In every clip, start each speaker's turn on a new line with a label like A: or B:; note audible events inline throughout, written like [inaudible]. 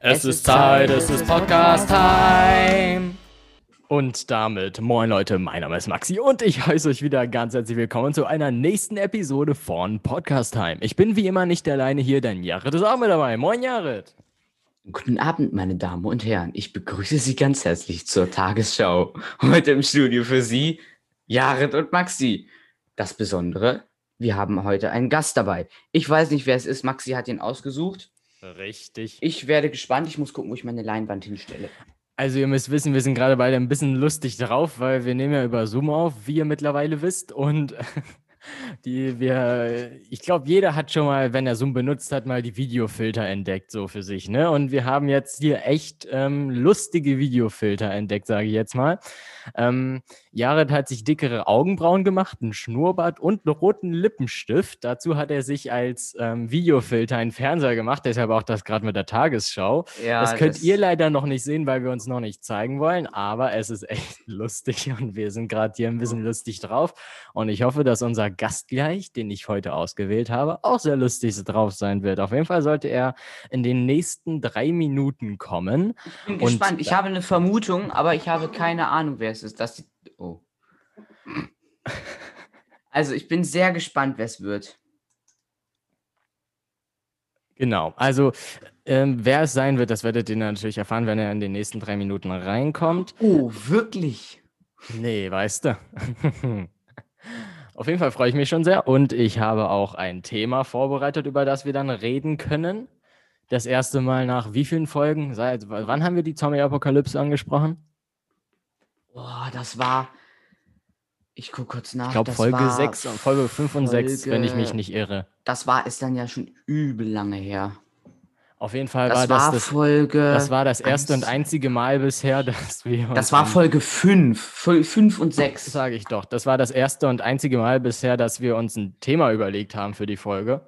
A: Es ist Zeit, es ist Podcast-Time. Und damit, moin Leute, mein Name ist Maxi und ich heiße euch wieder ganz herzlich willkommen zu einer nächsten Episode von Podcast Time. Ich bin wie immer nicht alleine hier, denn Jared ist auch mit dabei. Moin Jared.
B: Guten Abend, meine Damen und Herren. Ich begrüße Sie ganz herzlich zur Tagesschau. Heute im Studio für Sie, Jared und Maxi. Das Besondere, wir haben heute einen Gast dabei. Ich weiß nicht, wer es ist. Maxi hat ihn ausgesucht.
A: Richtig.
B: Ich werde gespannt. Ich muss gucken, wo ich meine Leinwand hinstelle.
A: Also ihr müsst wissen, wir sind gerade beide ein bisschen lustig drauf, weil wir nehmen ja über Zoom auf, wie ihr mittlerweile wisst. Und [laughs] die wir, ich glaube, jeder hat schon mal, wenn er Zoom benutzt hat, mal die Videofilter entdeckt, so für sich. Ne? Und wir haben jetzt hier echt ähm, lustige Videofilter entdeckt, sage ich jetzt mal. Ähm, Jared hat sich dickere Augenbrauen gemacht, einen Schnurrbart und einen roten Lippenstift. Dazu hat er sich als ähm, Videofilter einen Fernseher gemacht, deshalb auch das gerade mit der Tagesschau.
B: Ja,
A: das könnt ihr leider noch nicht sehen, weil wir uns noch nicht zeigen wollen, aber es ist echt [laughs] lustig und wir sind gerade hier ein bisschen lustig drauf. Und ich hoffe, dass unser Gast gleich, den ich heute ausgewählt habe, auch sehr lustig drauf sein wird. Auf jeden Fall sollte er in den nächsten drei Minuten kommen.
B: Ich bin
A: und-
B: gespannt. Ich habe eine Vermutung, aber ich habe keine Ahnung, wer es ist. Das oh. Also, ich bin sehr gespannt, wer es wird.
A: Genau. Also, ähm, wer es sein wird, das werdet ihr natürlich erfahren, wenn er in den nächsten drei Minuten reinkommt.
B: Oh, wirklich?
A: Nee, weißt du. Auf jeden Fall freue ich mich schon sehr und ich habe auch ein Thema vorbereitet, über das wir dann reden können. Das erste Mal nach wie vielen Folgen? Seit w- wann haben wir die Zombie-Apokalypse angesprochen?
B: Oh, das war. Ich gucke kurz nach.
A: Ich glaube
B: das
A: Folge
B: war-
A: 6, und Folge 5 und 6, wenn ich mich
B: Folge-
A: nicht irre.
B: Das war ist dann ja schon übel lange her.
A: Auf jeden Fall
B: Das
A: war das
B: war
A: das,
B: Folge.
A: das, war das erste und
B: eins.
A: einzige Mal bisher, [laughs] dass wir uns
B: Das war
A: am-
B: Folge 5. fünf
A: [laughs]
B: und
A: Das
B: 6.
A: sage ich doch. Das war das erste und einzige Mal bisher, dass wir uns ein Thema überlegt haben für die Folge.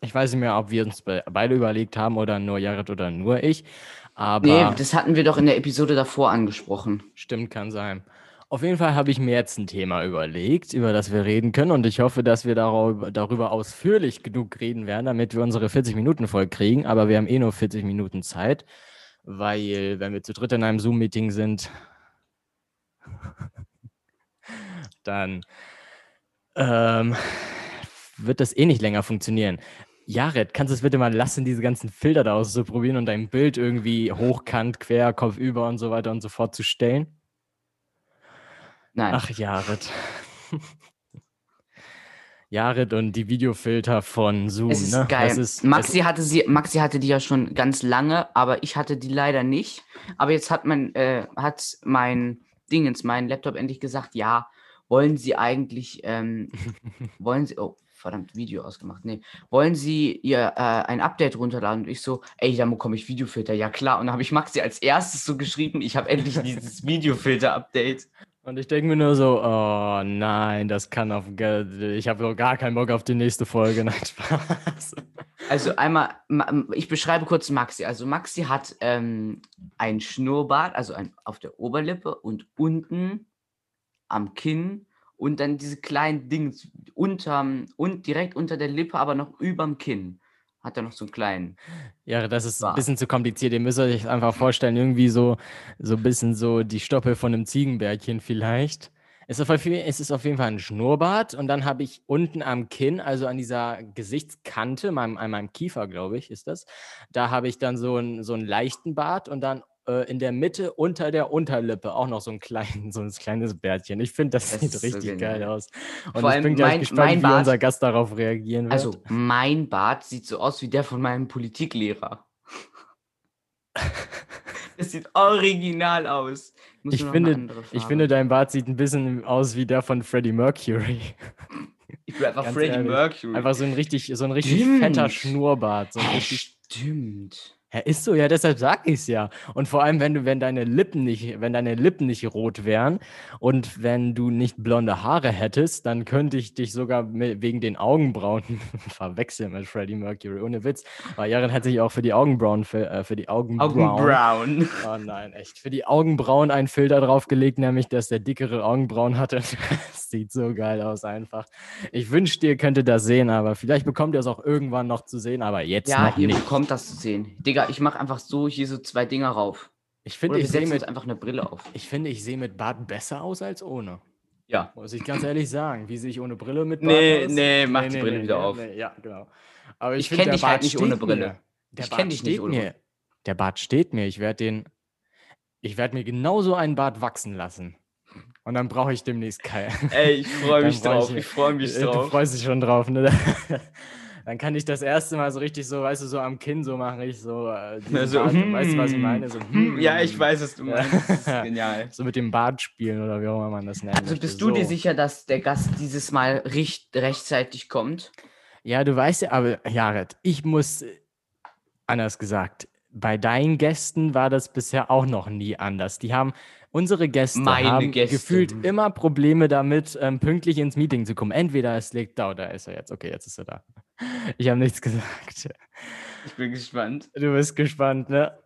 A: Ich weiß nicht mehr, ob wir uns be beide überlegt haben oder nur Jared oder nur ich. Aber
B: Nee, das hatten wir doch in der Episode davor angesprochen.
A: stimmt, kann sein. Auf jeden Fall habe ich mir jetzt ein Thema überlegt, über das wir reden können. Und ich hoffe, dass wir darüber, darüber ausführlich genug reden werden, damit wir unsere 40 Minuten voll kriegen. Aber wir haben eh nur 40 Minuten Zeit, weil wenn wir zu dritt in einem Zoom-Meeting sind, [laughs] dann ähm, wird das eh nicht länger funktionieren. Jared, kannst du es bitte mal lassen, diese ganzen Filter da auszuprobieren und dein Bild irgendwie hochkant, quer, Kopf über und so weiter und so fort zu stellen?
B: Nein.
A: Ach, Jared. [laughs] Jared und die Videofilter von Zoom.
B: es ist
A: ne?
B: geil.
A: Das ist,
B: Maxi, hatte sie, Maxi hatte die ja schon ganz lange, aber ich hatte die leider nicht. Aber jetzt hat mein, äh, hat mein Dingens, mein Laptop endlich gesagt, ja, wollen Sie
A: [laughs]
B: eigentlich, ähm, wollen Sie, oh, verdammt, Video ausgemacht, nee, wollen Sie ihr äh, ein Update runterladen? Und ich so, ey, da bekomme ich Videofilter, ja klar. Und dann habe ich Maxi als erstes so geschrieben, ich habe endlich
A: [laughs]
B: dieses Videofilter-Update.
A: Und ich denke mir nur so, oh nein, das kann auf. ge- Ich habe so gar keinen Bock auf die nächste Folge. [laughs] Nein, Spaß.
B: Also einmal, ma- ich beschreibe kurz Maxi. Also Maxi hat ähm, ein Schnurrbart, also ein, auf der Oberlippe und unten am Kinn und dann diese kleinen Dings unterm und direkt unter der Lippe, aber noch überm Kinn. Hat er noch so einen kleinen.
A: Ja, das ist ein
B: Wahr.
A: bisschen zu kompliziert. Ihr müsst euch einfach vorstellen, irgendwie so, so ein bisschen so die Stoppel von einem Ziegenbärtchen vielleicht. Es ist, auf, je- es ist auf jeden Fall ein Schnurrbart und dann habe ich unten am Kinn, also an dieser Gesichtskante, meinem, an meinem Kiefer, glaube ich, ist das, da habe ich dann so einen, so einen leichten Bart und dann äh, in der Mitte unter der Unterlippe auch noch so ein, klein, so ein kleines Bärtchen. Ich finde, das,
B: Das
A: sieht
B: ist so
A: richtig geil
B: genial.
A: aus. Und
B: Vor
A: ich
B: allem
A: bin gleich
B: mein-
A: gespannt,
B: mein
A: wie
B: Bart-
A: unser Gast darauf reagieren wird.
B: Also mein Bart sieht so aus wie der von
A: [laughs]
B: meinem Politiklehrer. Es sieht original aus. Muss
A: Ich
B: nur noch eine
A: finde-
B: andere
A: ich
B: Farbe.
A: finde, dein Bart sieht ein bisschen aus wie der von Freddie Mercury.
B: ich bin einfach
A: ganz
B: Freddie
A: ehrlich,
B: Mercury.
A: Einfach so ein richtig, so ein richtig
B: Hm. Stimmt.
A: fetter Schnurrbart. So ein
B: Hä,
A: richtig,
B: stimmt.
A: er ist so, ja, deshalb sag ich's ja. Und vor allem, wenn du, wenn deine Lippen nicht, wenn deine Lippen nicht rot wären und wenn du nicht blonde Haare hättest, dann könnte ich dich sogar mi- wegen den Augenbrauen [laughs] verwechseln mit Freddie Mercury. Ohne Witz. Weil Jared hat sich auch für die Augenbrauen, für, äh, für die Augenbrauen.
B: Augenbraun.
A: Oh nein, echt. Für die Augenbrauen einen Filter draufgelegt, nämlich dass der dickere Augenbrauen hatte. [laughs] Das sieht so geil aus einfach. Ich wünschte, ihr könntet das sehen, aber vielleicht bekommt ihr es auch irgendwann noch zu sehen, aber jetzt
B: Ja,
A: noch
B: ihr
A: nicht.
B: bekommt das zu sehen. Digga, Digga, ich mache einfach so hier so zwei Dinger rauf.
A: Ich
B: Oder
A: finde,
B: wir
A: ich sehe
B: setzen uns
A: mit,
B: einfach eine Brille auf.
A: ich finde, ich sehe mit Bart besser aus als ohne.
B: Ja.
A: Muss ich ganz ehrlich sagen. Wie sehe ich ohne Brille mit Bart
B: Nee,
A: aus?
B: nee, mach die Brille wieder
A: nee,
B: auf.
A: nee, ja, genau. Aber
B: Ich
A: ich, find,
B: kenn
A: der
B: dich halt
A: Bart
B: nicht ohne
A: steht
B: Brille.
A: Mir. Der
B: Ich kenn
A: Bart
B: dich nicht
A: steht
B: ohne
A: mir. Der Bart steht mir. Ich werde den, ich werde mir genauso einen Bart wachsen lassen. Und dann brauche ich demnächst [laughs] keinen.
B: Ey, ich freue
A: Dann
B: mich
A: brauch
B: drauf.
A: ich-
B: Ich freue mich
A: Äh, Du
B: drauf.
A: freust dich schon drauf, ne? [laughs] Dann kann ich das erste Mal so richtig so, weißt du, so am Kinn so mache ich so. Äh, diesen
B: Also,
A: Bart, weißt du, was ich
B: hm,
A: meine? So,
B: hm, ja, ich
A: hm.
B: weiß, was du
A: Ja.
B: meinst.
A: [laughs]
B: Das ist genial.
A: So mit dem Bart spielen oder wie auch immer man das nennt.
B: Also bist du dir sicher, dass der Gast dieses Mal richt rechtzeitig kommt?
A: Ja, du weißt ja, aber Jared, ich muss, äh, anders gesagt, bei deinen Gästen war das bisher auch noch nie anders. Die haben, unsere Gäste
B: Meine
A: haben
B: Gäste.
A: gefühlt immer Probleme damit, ähm, pünktlich ins Meeting zu kommen. Entweder es liegt da, da ist er jetzt. Okay, jetzt ist er da. Ich habe nichts [laughs] gesagt.
B: Ich bin gespannt.
A: Du bist gespannt, ne?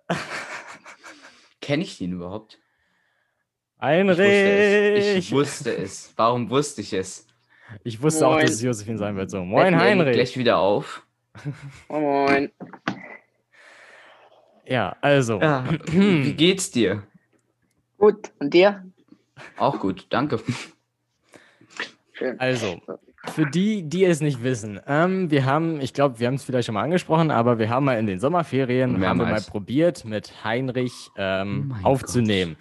B: Kenne ich den überhaupt? Ich wusste es.
A: Heinrich!
B: Ich wusste es. Warum wusste ich es?
A: Ich wusste auch, dass es Josephine sein wird. So, moin
B: Wetten, er legt
A: Heinrich!
B: Gleich wieder auf.
C: Moin.
A: Ja, also.
B: Ja. Wie geht's dir?
C: Gut, und dir?
B: Auch gut, danke.
C: Schön.
A: Also, für die, die es nicht wissen, ähm, wir haben, ich glaube, wir haben es vielleicht schon mal angesprochen, aber wir haben mal in den Sommerferien, haben wir mal
B: Mehrmals.
A: probiert, mit Heinrich ähm,
B: Oh Mein
A: aufzunehmen.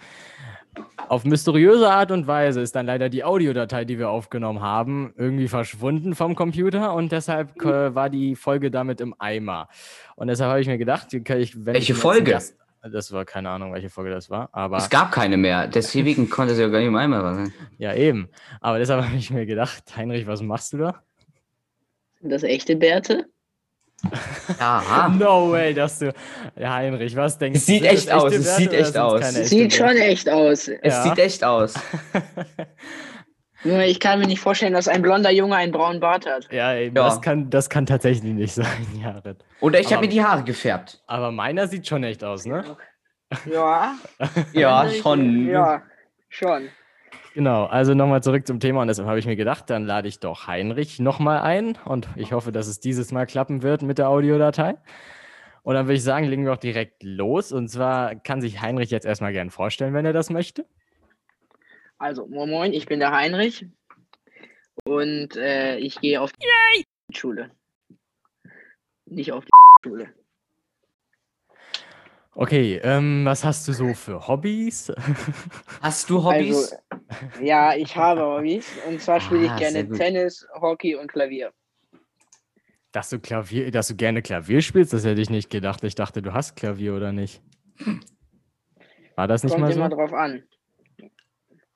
A: Auf mysteriöse Art und Weise ist dann leider die Audiodatei, die wir aufgenommen haben, irgendwie verschwunden vom Computer und deshalb äh, war die Folge damit im Eimer. Und deshalb habe ich mir gedacht, wie kann ich, wenn ich den
B: Welche
A: letzten
B: Folge?
A: Gast- das war keine Ahnung, welche Folge das war, aber
B: Es gab keine mehr. Deswegen konnte es ja gar nicht mehr einmal sein.
A: ja eben. Aber deshalb [laughs] habe ich mir gedacht, Heinrich, was machst du da?
C: Sind das echte Bärte?
B: Aha.
A: No way, dass du. Ja, Heinrich, was denkst
B: Ah. Es
A: du?
B: sieht
A: Sind
B: echt
A: das echte
B: aus, es
A: Werte
B: sieht
A: oder
B: echt
A: sind's
B: aus.
A: keine
B: Es
A: echten
C: Sieht schon
A: Werte?
C: echt aus.
B: [laughs] Es
A: Ja.
B: sieht echt aus.
C: Nur ich kann mir nicht vorstellen, dass ein blonder Junge einen braunen Bart hat.
A: [laughs] Ja, eben,
B: Ja.
A: Das, kann, das kann tatsächlich nicht sein, [laughs] Jared.
B: Oder ich habe
A: Aber-
B: mir die Haare gefärbt.
A: Aber meiner sieht schon echt aus, ne?
C: Ja.
B: [laughs] Ja, schon.
C: Ja, schon.
A: Genau, also nochmal zurück zum Thema und deshalb habe ich mir gedacht, dann lade ich doch Heinrich nochmal ein und ich hoffe, dass es dieses Mal klappen wird mit der Audiodatei. Und dann würde ich sagen, legen wir auch direkt los. Und zwar kann sich Heinrich jetzt erstmal gern vorstellen, wenn er das möchte.
C: Also, moin, moin, ich bin der Heinrich und äh, ich gehe auf die Schule. Nicht auf die Schule.
A: Okay, ähm, was hast du so für Hobbys? [laughs]
B: Hast du Hobbys?
C: Also, ja, ich habe Hobbys und zwar spiele ich
B: Ah, sehr
C: gerne
B: gut.
C: Tennis, Hockey und Klavier.
A: Dass du Klavier, dass du gerne Klavier spielst, das hätte ich nicht gedacht. Ich dachte, du hast Klavier oder nicht. War das nicht
C: Kommt
A: mal
C: immer
A: so?
C: drauf an.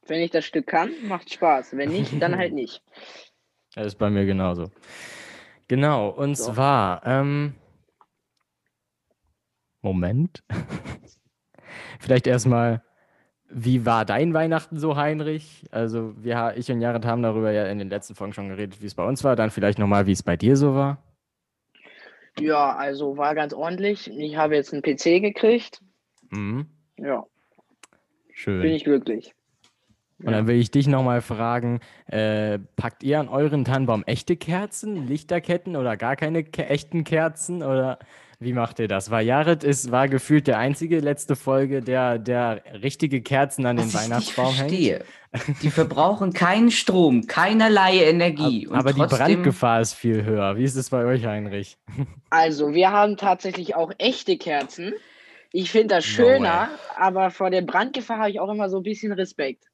C: Wenn ich das Stück kann, macht Spaß. Wenn nicht, dann
A: [laughs]
C: halt nicht.
A: Das ist bei mir genauso. Genau, und
C: So.
A: zwar, ähm, Moment. [laughs] Vielleicht erstmal, wie war dein Weihnachten so, Heinrich? Also, wir, ha- ich und Jared haben darüber ja in den letzten Folgen schon geredet, wie es bei uns war. Dann vielleicht nochmal, wie es bei dir so war.
C: Ja, also war ganz ordentlich. Ich habe jetzt einen PC gekriegt.
A: Mhm.
C: Ja,
A: Schön.
C: bin ich glücklich.
A: Und dann will ich dich nochmal fragen, äh, packt ihr an euren Tannenbaum echte Kerzen, Lichterketten oder gar keine ke echten Kerzen? Oder wie macht ihr das? Weil Jared ist, war gefühlt der einzige letzte Folge, der, der richtige Kerzen an den
B: Was ich nicht
A: Weihnachtsbaum hängt.
B: verstehe. Die verbrauchen keinen Strom, keinerlei Energie.
A: Aber, aber die
B: trotzdem-
A: Brandgefahr ist viel höher. Wie ist es bei euch, Heinrich?
C: Also, wir haben tatsächlich auch echte Kerzen. Ich finde das
A: No way.
C: schöner, aber vor der Brandgefahr habe ich auch immer so ein bisschen Respekt.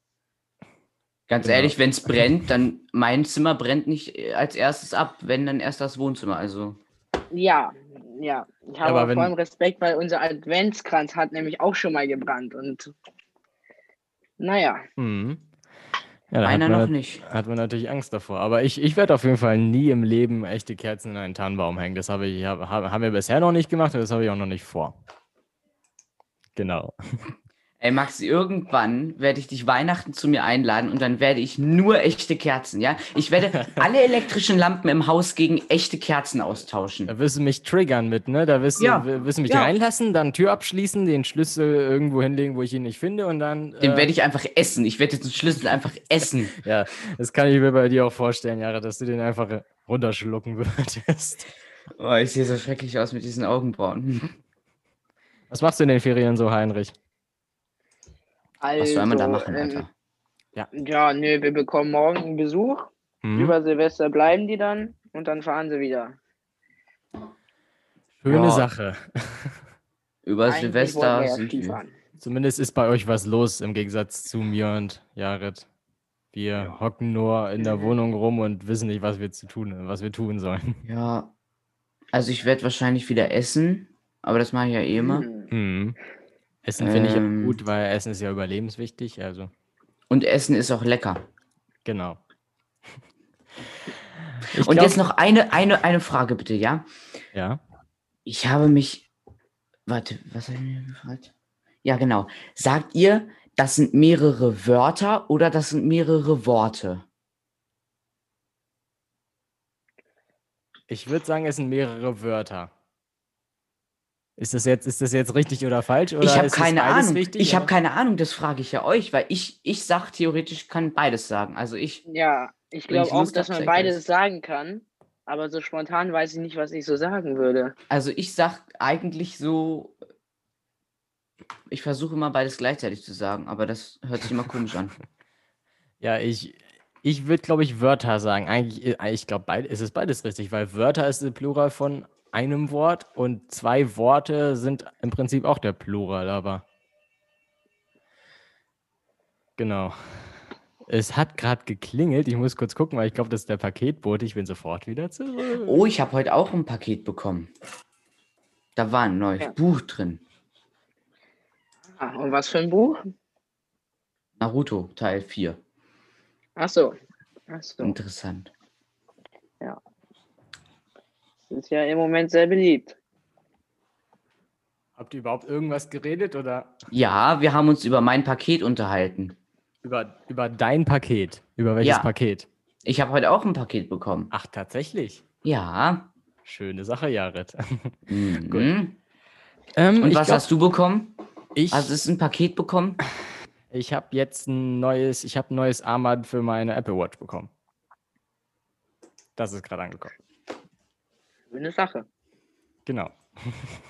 B: Ganz
A: Ja.
B: ehrlich, wenn es brennt, dann mein Zimmer brennt nicht äh, als erstes ab, wenn dann erst das Wohnzimmer. Also
C: Ja, ja. Ich habe
A: Aber
C: aber
A: wenn-
C: vor allem Respekt, weil unser Adventskranz hat nämlich auch schon mal gebrannt. Und naja,
A: Mhm. Ja, da hat
B: meiner
A: man,
B: Hm.
A: halt
B: noch
A: nat-
B: nicht.
A: hat man natürlich Angst davor. Aber ich, ich werde auf jeden Fall nie im Leben echte Kerzen in einen Tannenbaum hängen. Das habe ich, hab, hab, haben wir bisher noch nicht gemacht und das habe ich auch noch nicht vor. Genau.
B: Ey Max, irgendwann werde ich dich Weihnachten zu mir einladen und dann werde ich nur echte Kerzen, ja? Ich [laughs] werde alle elektrischen Lampen im Haus gegen echte Kerzen austauschen.
A: Da wirst du mich triggern mit, ne? Da wirst,
B: Ja,
A: du, w- wirst du mich
B: ja.
A: reinlassen, dann Tür abschließen, den Schlüssel irgendwo hinlegen, wo ich ihn nicht finde und dann. äh,
B: Den werde ich einfach essen. Ich werde den Schlüssel einfach [laughs] essen.
A: Ja, das kann ich mir bei dir auch vorstellen, Jara, dass du den einfach äh, runterschlucken [laughs] würdest.
B: Oh, ich sehe so schrecklich aus mit diesen Augenbrauen.
A: Was machst du in den Ferien so, Heinrich?
C: Also,
B: Was soll man da machen, Alter?
C: Ähm, ja, nee, wir bekommen morgen einen Besuch.
A: Hm?
C: Über Silvester bleiben die dann und dann fahren sie wieder.
A: Schöne
B: Ja.
A: Sache.
B: Über
C: Eigentlich wollen wir
B: Silvester
C: ja
B: sind wir.
C: Skifahren.
A: Zumindest ist bei euch was los im Gegensatz zu mir und Jared. Wir
B: Ja.
A: hocken nur in der
C: Mhm.
A: Wohnung rum und wissen nicht, was wir zu tun, was wir tun
B: [laughs]
A: sollen.
B: Ja. Also ich werde wahrscheinlich wieder essen, aber das mache ich ja eh immer.
C: Hm.
A: Hm. Essen finde ich auch
B: Ähm.
A: gut, weil Essen ist ja überlebenswichtig. Also,
B: Und Essen ist auch lecker. [laughs]
A: genau. Ich
B: Und
A: glaub-
B: jetzt noch eine, eine, eine Frage bitte, ja?
A: Ja.
B: Ich habe mich. Warte, was habe ich mir gefragt? Ja, genau. Sagt ihr, das sind mehrere Wörter oder das sind mehrere Worte?
A: Ich würde sagen, es sind mehrere Wörter. Ist das jetzt, ist das jetzt richtig oder falsch? Oder
B: ich habe
A: ist es
B: keine
A: beides
B: Ahnung.
A: richtig,
B: ich habe
A: oder?
B: keine Ahnung, das frage ich ja euch, weil ich, ich sag theoretisch kann beides sagen. Also ich.
C: Ja, ich
B: Wenn ich
C: glaube auch,
B: Lust hab,
C: dass man
B: check
C: beides
B: es.
C: sagen kann, aber so spontan weiß ich nicht, was ich so sagen würde.
B: Also ich sag eigentlich so, ich versuche immer beides gleichzeitig zu sagen, aber das hört sich immer komisch
A: [laughs]
B: an.
A: Ja, ich, ich würde, glaube ich, Wörter sagen. Eigentlich, äh, ich glaube, beid, es ist beides richtig, weil Wörter ist der Plural von einem Wort und zwei Worte sind im Prinzip auch der Plural, aber. Genau. Es hat gerade geklingelt. Ich muss kurz gucken, weil ich glaube, das ist der Paketbote. Ich bin sofort wieder zurück.
B: Oh, ich habe heute auch ein Paket bekommen. Da war ein neues
C: Ja.
B: Buch drin.
C: Ah, und was für ein Buch?
B: Naruto Teil 4.
C: Ach so. Ach so.
B: Interessant.
C: Das ist ja im Moment sehr beliebt.
A: Habt ihr überhaupt irgendwas geredet oder
B: Ja, wir haben uns über mein Paket unterhalten.
A: über, über dein Paket? Über welches
B: Ja.
A: Paket?
B: Ich habe heute auch ein Paket bekommen.
A: Ach, tatsächlich.
B: Ja.
A: Schöne Sache, Jared.
B: Mhm.
A: Gut.
B: Und
A: Ähm, ich
B: was
A: glaub,
B: hast du bekommen?
A: ich,
B: Hast du also ein Paket bekommen?
A: Ich habe jetzt ein neues, ich habe ein neues Armband für meine Apple Watch bekommen. Das ist gerade angekommen.
C: Schöne Sache.
A: Genau. [laughs]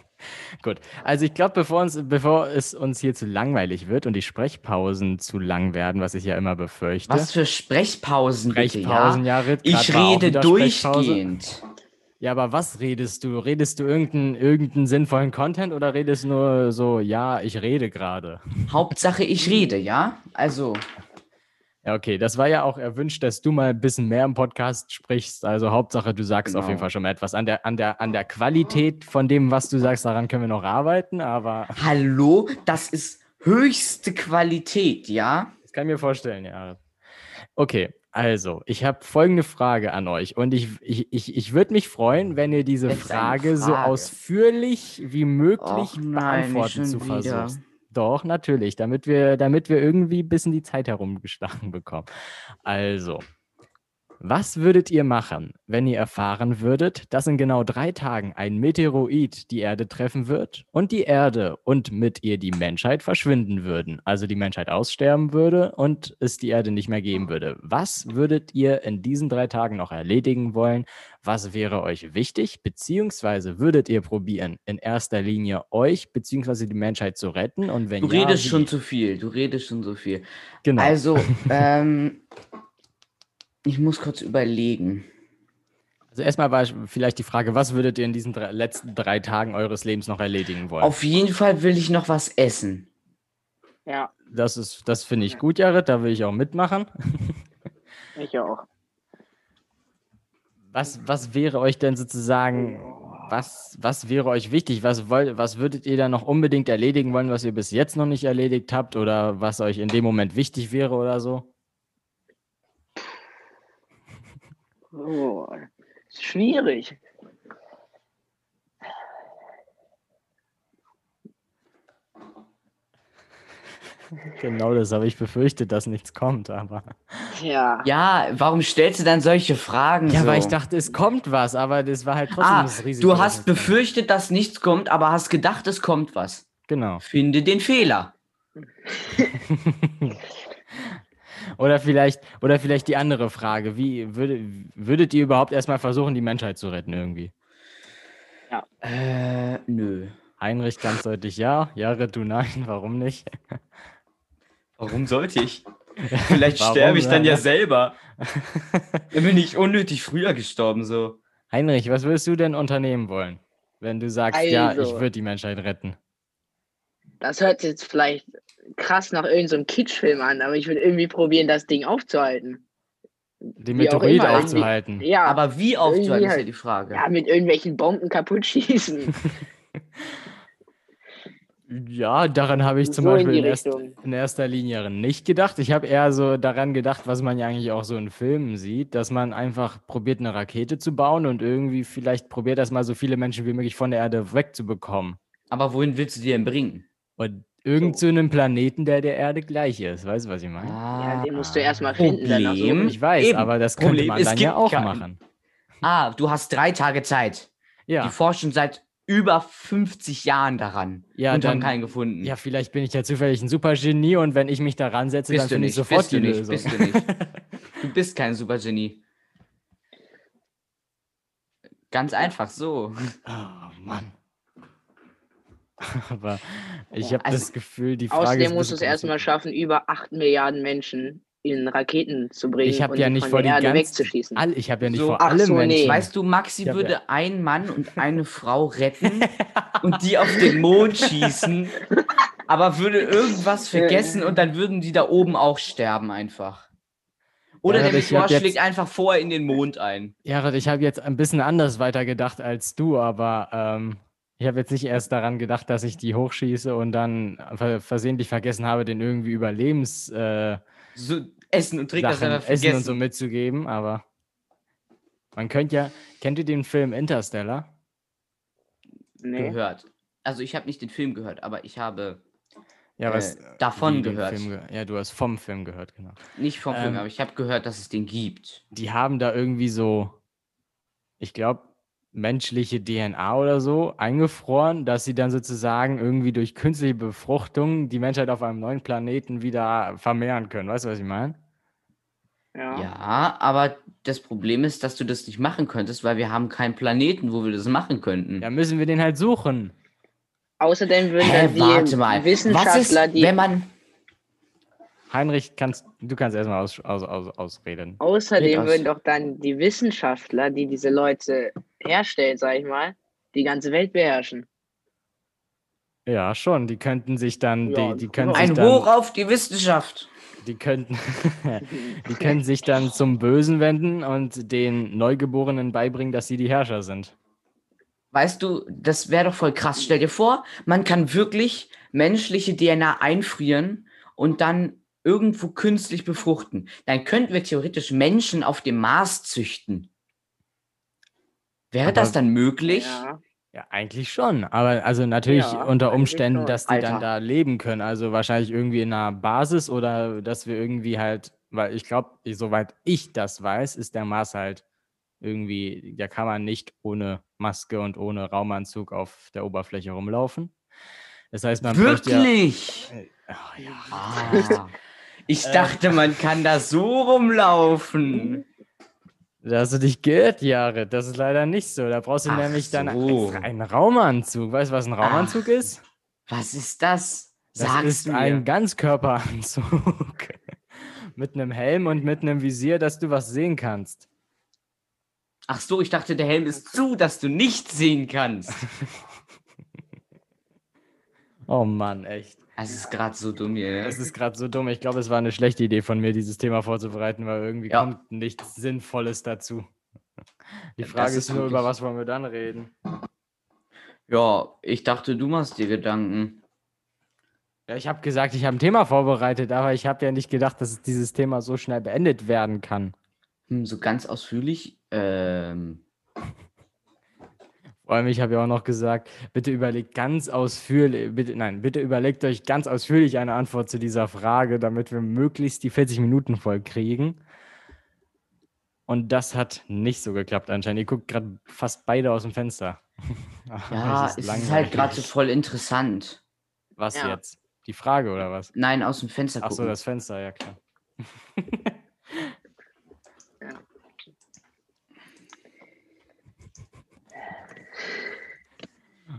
A: Gut. Also ich glaube, bevor, uns, bevor es uns hier zu langweilig wird und die Sprechpausen zu lang werden, was ich ja immer befürchte.
B: Was für Sprechpausen, bitte, ja?
A: Sprechpausen, Jared? grad
B: Ich
A: war auch
B: rede
A: wieder Sprechpause.
B: durchgehend.
A: Ja, aber was redest du? Redest du irgendeinen irgendeinen sinnvollen Content oder redest nur so, ja, ich rede gerade?
B: Hauptsache, ich rede, ja? Also,
A: Ja, okay. Das war ja auch erwünscht, dass du mal ein bisschen mehr im Podcast sprichst. Also Hauptsache, du sagst auf jeden
B: Genau.
A: Fall schon mal etwas. An der, an, der, an der Qualität von dem, was du sagst, daran können wir noch arbeiten,
B: [laughs]
A: aber
B: hallo, das ist höchste Qualität, ja?
A: das kann ich mir vorstellen, ja. Okay, also, ich habe folgende Frage an euch und ich, ich, ich, ich würde mich freuen, wenn ihr diese
B: Jetzt eine
A: Frage, so
B: Frage.
A: ausführlich wie möglich
B: Och nein, nicht
A: beantworten
B: schon
A: zu
B: wieder.
A: versuchst. Doch, natürlich, damit wir, damit wir irgendwie ein bisschen die Zeit herumgeschlagen bekommen. Also, was würdet ihr machen, wenn ihr erfahren würdet, dass in genau drei Tagen ein Meteoroid die Erde treffen wird und die Erde und mit ihr die Menschheit verschwinden würden, also die Menschheit aussterben würde und es die Erde nicht mehr geben würde? Was würdet ihr in diesen drei Tagen noch erledigen wollen? Was wäre euch wichtig? Beziehungsweise würdet ihr probieren, in erster Linie euch beziehungsweise die Menschheit zu retten? Und wenn
B: Du
A: ja,
B: redest
A: wie?
B: schon zu viel, du redest schon so viel.
A: genau.
B: Also,
A: [laughs]
B: ähm, ich muss kurz überlegen.
A: Also erstmal war vielleicht die Frage, was würdet ihr in diesen drei, letzten drei Tagen eures Lebens noch erledigen wollen?
B: Auf jeden Fall will ich noch was essen.
C: Ja,
A: das ist, das finde ich gut, Jared, da will ich auch mitmachen.
C: ich auch.
A: Was, was wäre euch denn sozusagen, was, was wäre euch wichtig? Was, wollt, was würdet ihr da noch unbedingt erledigen wollen, was ihr bis jetzt noch nicht erledigt habt oder was euch in dem Moment wichtig wäre oder so?
C: Oh, ist schwierig.
A: Genau das habe ich befürchtet, dass nichts kommt, aber.
C: Tja.
B: Ja, warum stellst du dann solche Fragen?
A: Ja,
B: so?
A: weil ich dachte, es kommt was, aber das war halt trotzdem
B: ah,
A: das Risiko.
B: du
A: dass
B: hast
A: es kommt.
B: befürchtet, dass nichts kommt, aber hast gedacht, es kommt was.
A: Genau.
B: Finde den Fehler.
A: Oder vielleicht, oder vielleicht die andere Frage. Wie würde, würdet ihr überhaupt erstmal versuchen, die Menschheit zu retten irgendwie?
B: Äh, nö.
A: Heinrich ganz deutlich ja, Jahre du nein, [laughs] warum nicht?
D: Warum sollte
A: [laughs]
D: ich? Vielleicht
A: Warum
D: sterbe ich dann ja
A: denn? [laughs]
D: selber. Dann bin ich unnötig früher gestorben, so.
A: Heinrich, was würdest du denn unternehmen wollen, wenn du sagst, ja, ich
C: Also.
A: würde die Menschheit retten?
C: Das hört sich jetzt vielleicht krass nach irgendeinem so einem Kitschfilm an, aber ich würde irgendwie probieren, das Ding aufzuhalten.
A: Den
C: Wie auch
A: Meteorit
C: immer, irgendwie-
A: aufzuhalten.
C: Ja, aber
B: Hm. Aber wie aufzuhalten, ist ja
C: halt.
B: die Frage.
C: ja, mit irgendwelchen Bomben kaputt schießen.
A: Ja, daran habe ich zum
C: so in
A: Beispiel
C: die
A: in, erst,
C: Richtung.
A: in erster Linie nicht gedacht. Ich habe eher so daran gedacht, was man ja eigentlich auch so in Filmen sieht, dass man einfach probiert, eine Rakete zu bauen und irgendwie vielleicht probiert, erstmal so viele Menschen wie möglich von der Erde wegzubekommen.
B: Aber wohin willst du die denn bringen?
A: Und irgend so einen Planeten, der der Erde gleich ist. Weißt du, was ich meine?
C: Ja,
B: Ah,
C: den musst du erstmal finden. Danach
B: Problem.
C: suchen.
A: Ich weiß,
B: Eben.
A: aber das könnte
D: Problem,
A: man
D: es
A: dann ja
D: gibt
A: auch
D: keinen.
A: machen.
B: ah, du hast drei Tage Zeit. Die
A: Ja.
B: forschen seit über 50 Jahren daran
A: Ja,
B: und haben
A: dann-
B: keinen gefunden.
A: ja, vielleicht bin ich ja zufällig ein Supergenie und wenn ich mich da ransetze, dann
B: bist du
A: finde ich
B: nicht,
A: sofort
B: bist du
A: die
B: nicht,
A: Lösung.
B: bist du nicht. Du bist kein Supergenie. Ganz einfach so.
A: [laughs] Oh Mann. Aber ich
B: Ja,
A: habe
B: also-
A: das Gefühl, die Frage ist.
C: Außerdem
A: ein
C: musst du es
A: bisschen
C: erstmal
A: kompliziert.
C: schaffen, über 8 Milliarden Menschen in Raketen zu bringen
A: Ich hab
C: und
A: ja
C: die
A: nicht
C: von
A: vor
C: der
A: die
C: Erde
A: ganz-
C: wegzuschießen.
A: All, ich habe ja nicht
D: So,
A: vor
C: ach
A: allem
C: so, nee.
A: Menschen.
B: Weißt du, Maxi
A: Ja,
B: würde
A: wer-
B: einen Mann und eine
A: [laughs]
B: Frau retten
D: Und die auf den Mond schießen.
B: aber würde irgendwas vergessen und dann würden die da oben auch sterben einfach. Oder
A: Ja,
B: der
A: aber ich hab
B: Meteor
A: jetzt-
B: schlägt einfach vorher in den Mond ein.
A: Jared, ich habe jetzt ein bisschen anders weitergedacht als du, aber ähm, ich habe jetzt nicht erst daran gedacht, dass ich die hochschieße und dann ver versehentlich vergessen habe, den irgendwie Überlebens äh,
B: So Essen und Trinken, das
A: Sachen,
B: einfach
A: Essen und
B: vergessen.
A: so mitzugeben, aber man könnte ja. Kennt ihr den Film Interstellar?
C: nee.
B: gehört. Also ich habe nicht den Film gehört, aber ich habe
A: Ja,
B: Äh, davon
A: den
B: gehört.
A: Film ge ja, du hast vom Film gehört, genau.
B: nicht vom
A: Ähm.
B: Film, aber ich habe gehört, dass es den gibt.
A: die haben da irgendwie so, ich glaube, menschliche DNA oder so eingefroren, dass sie dann sozusagen irgendwie durch künstliche Befruchtung die Menschheit auf einem neuen Planeten wieder vermehren können. Weißt du, was ich meine?
C: Ja.
B: Ja, aber das Problem ist, dass du das nicht machen könntest, weil wir haben keinen Planeten, wo wir das machen könnten.
A: Ja, müssen wir den halt suchen.
C: Außerdem würden
B: Hä,
C: dann die
B: warte mal. Was ist,
C: Wissenschaftler, die
B: wenn man
A: Heinrich, kannst, du kannst erstmal aus, aus, aus, ausreden.
C: Außerdem
B: aus.
C: würden doch dann die Wissenschaftler, die diese Leute herstellen, sag ich mal, die ganze Welt beherrschen.
A: Ja, schon. Die könnten sich dann,
C: Ja,
A: die, die können sich
B: also ein Hoch
A: dann,
B: auf die Wissenschaft?
A: die könnten, [laughs] die können sich dann zum Bösen wenden und den Neugeborenen beibringen, dass sie die Herrscher sind.
B: Weißt du, das wäre doch voll krass. Stell dir vor, man kann wirklich menschliche DNA einfrieren und dann irgendwo künstlich befruchten. Dann könnten wir theoretisch Menschen auf dem Mars züchten. Wäre
A: Aber-
B: das dann möglich?
C: Ja.
A: Ja, eigentlich schon. Aber also natürlich
C: Ja,
A: unter
C: eigentlich
A: Umständen,
C: schon.
A: dass die dann
B: Alter.
A: da leben können. Also wahrscheinlich irgendwie in einer Basis oder dass wir irgendwie halt, weil ich glaube, soweit ich das weiß, ist der Mars halt irgendwie, da kann man nicht ohne Maske und ohne Raumanzug auf der Oberfläche rumlaufen. Das heißt, man bräuchte ja.
B: Wirklich?
A: Ach Oh ja.
B: Ah, ich dachte, man kann da so rumlaufen.
A: Da hast du dich geirrt, Jared. Das ist leider nicht so. Da brauchst du
B: Ach
A: nämlich dann
B: so.
A: extra einen Raumanzug. Weißt du, was ein Raumanzug ist?
B: Was ist das?
A: Das
B: Sag's
A: ist
B: mir.
A: ein Ganzkörperanzug. [laughs] mit einem Helm und mit einem Visier, dass du was sehen kannst.
B: Ach so, ich dachte, der Helm ist zu, dass du nicht sehen kannst.
A: Oh Mann, echt.
B: Das ist gerade so dumm hier. ne?
A: Das ist gerade so dumm. Ich glaube, es war eine schlechte Idee von mir, dieses Thema vorzubereiten, weil irgendwie
B: Ja.
A: kommt nichts Sinnvolles dazu. Die
B: Ja, das
A: Frage
B: ist
A: ist nur, über
B: wirklich-
A: was wollen wir dann reden?
B: Ja, ich dachte, du machst dir Gedanken.
A: Ja, ich habe gesagt, ich habe ein Thema vorbereitet, aber ich habe ja nicht gedacht, dass dieses Thema so schnell beendet werden kann.
B: Hm, so ganz ausführlich. Ähm,
A: Vor allem, ich habe ja auch noch gesagt, bitte überlegt ganz ausführlich, bitte, nein, bitte überlegt euch ganz ausführlich eine Antwort zu dieser Frage, damit wir möglichst die 40 Minuten voll kriegen. Und das hat nicht so geklappt anscheinend. Ihr guckt gerade fast beide aus dem Fenster. [laughs] Ach,
B: ja,
A: es
B: es
A: ist
B: ist halt
A: langweilig.
B: gerade so voll interessant.
A: Was
C: Ja.
A: jetzt? Die Frage oder was?
B: Nein, aus dem Fenster
A: Ach
B: gucken.
A: so, das Fenster, ja klar.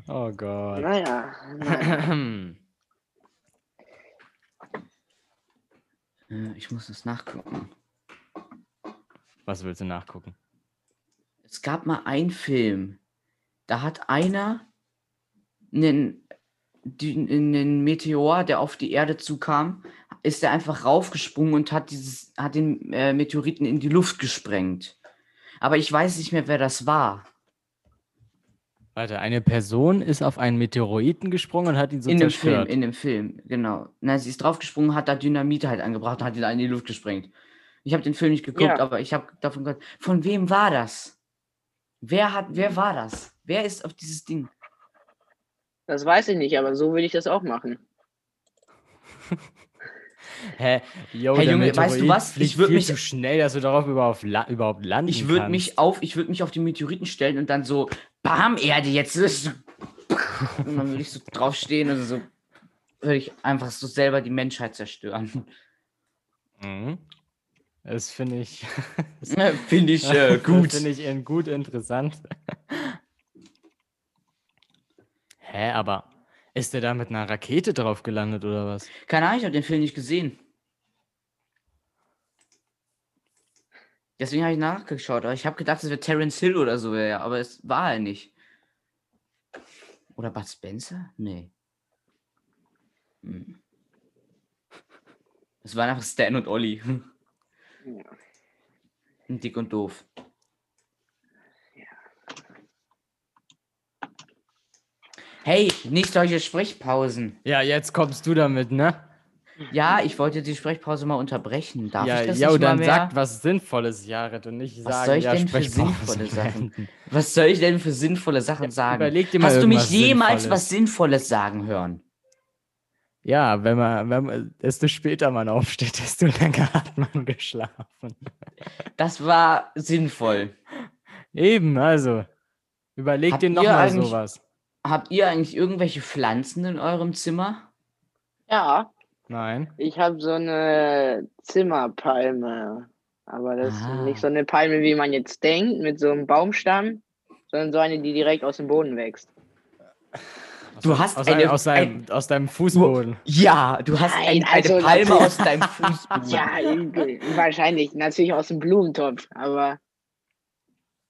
A: Oh Gott.
C: Naja, naja.
A: Hm,
B: Äh, Ich muss das nachgucken.
A: Was willst du nachgucken?
B: Es gab mal einen Film, da hat einer einen, die- einen Meteor, der auf die Erde zukam, ist er einfach raufgesprungen und hat, dieses, hat den äh, Meteoriten in die Luft gesprengt. Aber ich weiß nicht mehr, wer das war.
A: Warte, eine Person ist auf einen Meteoriten gesprungen und hat ihn so
B: in dem Film,
A: zerstört.
B: in dem Film, genau. Na, sie ist draufgesprungen, hat da Dynamit halt angebracht und hat ihn in die Luft gesprengt. Ich habe den Film nicht geguckt,
C: Ja.
B: aber ich habe davon gehört. Von wem war das? Wer hat, wer war das? Wer ist auf dieses Ding?
C: das weiß ich nicht, aber so will ich das auch machen.
A: Hä? Yo,
B: Hey,
A: der
B: Junge, weißt du
A: Meteorit
B: was? Ich
A: fliegt
B: würd
A: viel
B: mich-
A: zu schnell, dass du darauf überhaupt, la überhaupt landen
B: Ich würde
A: kannst.
B: mich auf, ich würde mich auf die Meteoriten stellen und dann so, bam, Erde, jetzt ist.
A: [laughs]
B: Und dann würde ich so draufstehen und so würde ich einfach so selber die Menschheit zerstören.
A: Mhm. Das finde ich,
B: [laughs]
D: Finde ich äh,
A: [laughs] Das
D: gut.
A: finde ich in gut interessant. [laughs] Hä, aber ist der da mit einer Rakete drauf gelandet oder was?
B: Keine Ahnung, ich habe den Film nicht gesehen. Deswegen habe ich nachgeschaut, aber ich habe gedacht, es wäre Terence Hill oder so, wär, aber es war er nicht. Oder Bud Spencer? Nee. Hm. Es waren einfach Stan und Olli.
C: Ja.
B: Und dick und doof. Hey, nicht solche Sprechpausen.
A: Ja, jetzt kommst du damit, ne?
B: Ja, ich wollte die Sprechpause mal unterbrechen. Darf
A: ja,
B: ich das
A: ja,
B: nicht mal
A: dann
B: mehr?
A: sag was Sinnvolles, Jared, und nicht
B: Was
A: sagen,
B: soll ich
A: ja,
B: denn für
A: Sprechpausen
B: sinnvolle Sachen
A: beenden.
B: Was soll ich denn für sinnvolle Sachen sagen?
A: überleg dir mal
B: Hast du mich
A: irgendwas
B: jemals
A: Sinnvolles.
B: was Sinnvolles sagen hören?
A: Ja, wenn man, wenn man, desto später man aufsteht, desto [laughs] länger hat man geschlafen.
B: Das war sinnvoll.
A: Eben, also. Überleg
B: Habt
A: dir
B: ihr
A: nochmal
B: eigentlich-
A: sowas.
B: Habt ihr eigentlich irgendwelche Pflanzen in eurem Zimmer?
C: Ja,
A: Nein.
C: ich habe so eine Zimmerpalme. Aber das
B: Ah.
C: ist nicht so eine Palme, wie man jetzt denkt, mit so einem Baumstamm, sondern so eine, die direkt aus dem Boden wächst.
B: Du hast
A: aus,
B: eine-
A: deinem, aus, deinem, aus deinem Fußboden.
B: Ja, du hast
C: Nein,
B: ein, eine
C: also
B: Palme
C: natürlich-
B: aus deinem Fußboden.
C: [laughs] Ja, wahrscheinlich. Natürlich aus dem Blumentopf, aber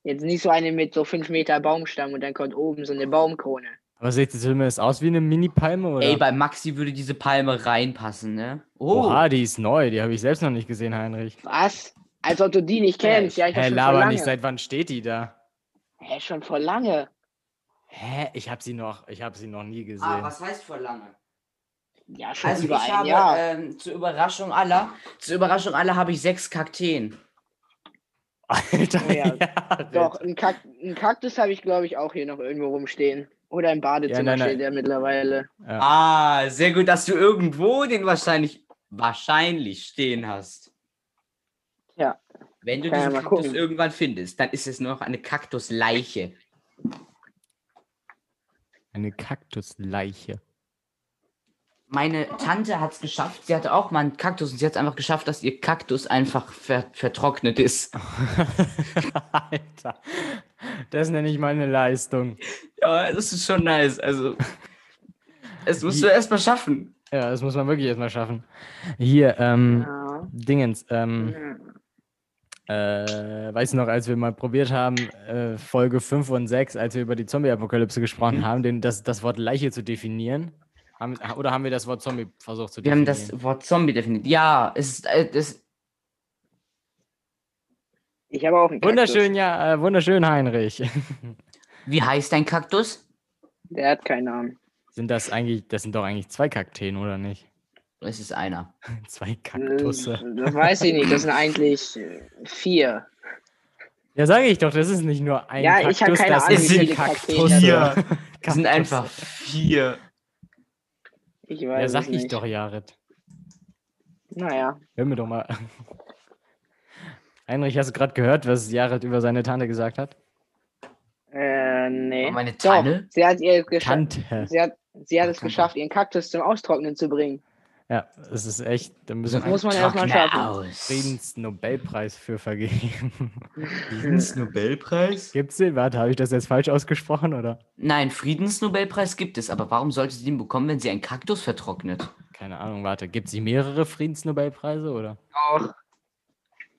C: jetzt nicht so eine mit so 5 Meter Baumstamm und dann kommt oben so eine Baumkrone.
A: Aber sieht es zumindest aus wie eine Mini-Palme? Oder?
B: Ey, bei Maxi würde diese Palme reinpassen, ne? Oh,
A: Oha, die ist neu. Die habe ich selbst noch nicht gesehen, Heinrich.
C: Was? Als ob du die nicht kennst. Ja, ich
A: Hä,
C: hab schon vor
A: laber nicht.
C: lange.
A: Seit wann steht die da?
C: Hä, schon vor lange.
A: Hä? Ich habe sie noch, ich habe sie noch nie gesehen.
B: ah, was heißt vor lange?
C: Ja, schon
B: Also
C: über
B: ich
C: ein
B: habe
C: Jahr.
B: ähm, zur Überraschung aller, zur Überraschung aller habe ich sechs Kakteen.
A: [laughs] Alter,
C: Oh ja,
A: Jared.
C: Doch, ein, Kak ein Kaktus habe ich, glaube ich, auch hier noch irgendwo rumstehen. Oder im Badezimmer
A: Ja, nein, nein.
C: steht der mittlerweile.
A: Ja.
B: Ah, sehr gut, dass du irgendwo den wahrscheinlich wahrscheinlich stehen hast.
C: Ja.
B: Wenn du
C: Kann ja
B: diesen
C: mal
B: Kaktus
C: gucken.
B: irgendwann findest, dann ist es nur noch eine Kaktusleiche.
A: Eine Kaktusleiche. [laughs]
B: Meine Tante hat es geschafft. Sie hatte auch mal einen Kaktus und sie hat es einfach geschafft, dass ihr Kaktus einfach ver vertrocknet ist.
A: Alter. Das nenne ich meine Leistung.
B: [laughs] Ja, das ist schon nice. Also, es musst
A: Wie-
B: du erst mal schaffen.
A: Ja, das muss man wirklich erstmal schaffen. Hier, ähm,
C: Ja.
A: Dingens, ähm,
C: Mhm.
A: Äh, weiß noch, als wir mal probiert haben, äh, Folge 5 und 6, als wir über die Zombie-Apokalypse gesprochen
C: Mhm.
A: haben, den, das, das Wort Leiche zu definieren. Haben, oder haben wir das Wort Zombie versucht zu
B: Wir haben
A: definieren?
B: das Wort Zombie definiert. Ja, es ist. Äh, das,
C: Ich habe auch einen Kaktus.
A: wunderschön, ja, äh, wunderschön, Heinrich. [laughs]
B: wie heißt dein Kaktus?
C: Der hat keinen Namen.
A: sind das eigentlich, das sind doch eigentlich zwei Kakteen, oder nicht? [laughs]
B: Es ist einer.
A: Zwei Kaktusse.
C: Äh, Das weiß ich nicht. Das sind eigentlich äh, vier.
A: Ja, sage ich doch, das ist nicht nur ein
C: Ja,
A: Kaktus,
C: ich hab keine
A: das
C: Ahnung,
B: wie
A: sind
C: viele Kakteen das
A: Kaktusse.
B: also.
D: Ja,
B: Das sind
A: Kaktusse.
B: einfach vier.
C: Ich weiß
A: Ja, sag
C: es
A: ich
C: nicht.
A: doch, Jared.
C: Naja.
A: Hör mir doch mal. [laughs] Heinrich, hast du gerade gehört, was Jared über seine Tante gesagt hat?
C: Äh, nee.
B: Aber meine
C: Doch,
B: Tanne?
C: sie hat ihr geschafft.
A: Tante.
C: Sie hat, sie hat es
B: Tante.
C: geschafft, ihren Kaktus zum Austrocknen zu bringen.
A: Ja, es ist echt, da müssen
C: Das muss man erstmal
B: Trockner
C: schaffen.
B: aus.
A: Friedensnobelpreis für vergeben. [laughs]
D: Friedensnobelpreis?
A: Gibt's den? Warte, habe ich das jetzt falsch ausgesprochen oder?
B: Nein, Friedensnobelpreis gibt es, aber warum sollte sie den bekommen, wenn sie einen Kaktus vertrocknet?
A: Keine Ahnung, warte, gibt es mehrere Friedensnobelpreise oder?
C: Auch.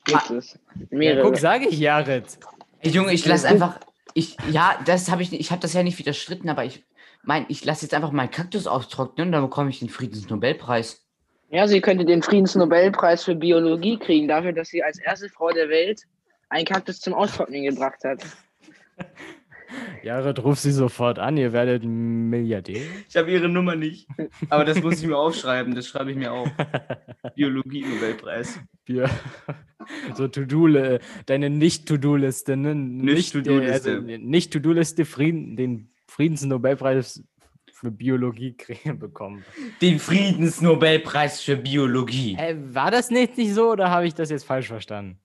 C: Gibt es. Mehrere.
A: Guck, sage ich Jared.
B: Ey, Junge, ich lasse einfach. Ich, ja, das habe ich, ich habe das ja nicht widerstritten, aber ich mein, ich lasse jetzt einfach meinen Kaktus austrocknen und dann bekomme ich den Friedensnobelpreis.
C: ja, sie könnte den Friedensnobelpreis für Biologie kriegen, dafür, dass sie als erste Frau der Welt einen Kaktus zum Austrocknen gebracht hat.
A: Jared, ruf sie sofort an, ihr werdet Milliardär.
D: Ich habe ihre Nummer nicht. Aber das muss ich mir aufschreiben, das schreibe ich mir auf. Biologie-Nobelpreis.
A: Bier. [laughs] So To-Do, deine Nicht-To-Do-Liste, ne? Nicht-
D: Nicht-To-Do-Liste.
A: also Nicht-To-Do-Liste, Frieden, den Friedensnobelpreis für Biologie [laughs] kriegen- bekommen.
D: Den Friedensnobelpreis für Biologie.
A: Äh, war das nicht, nicht so oder habe ich das jetzt falsch verstanden?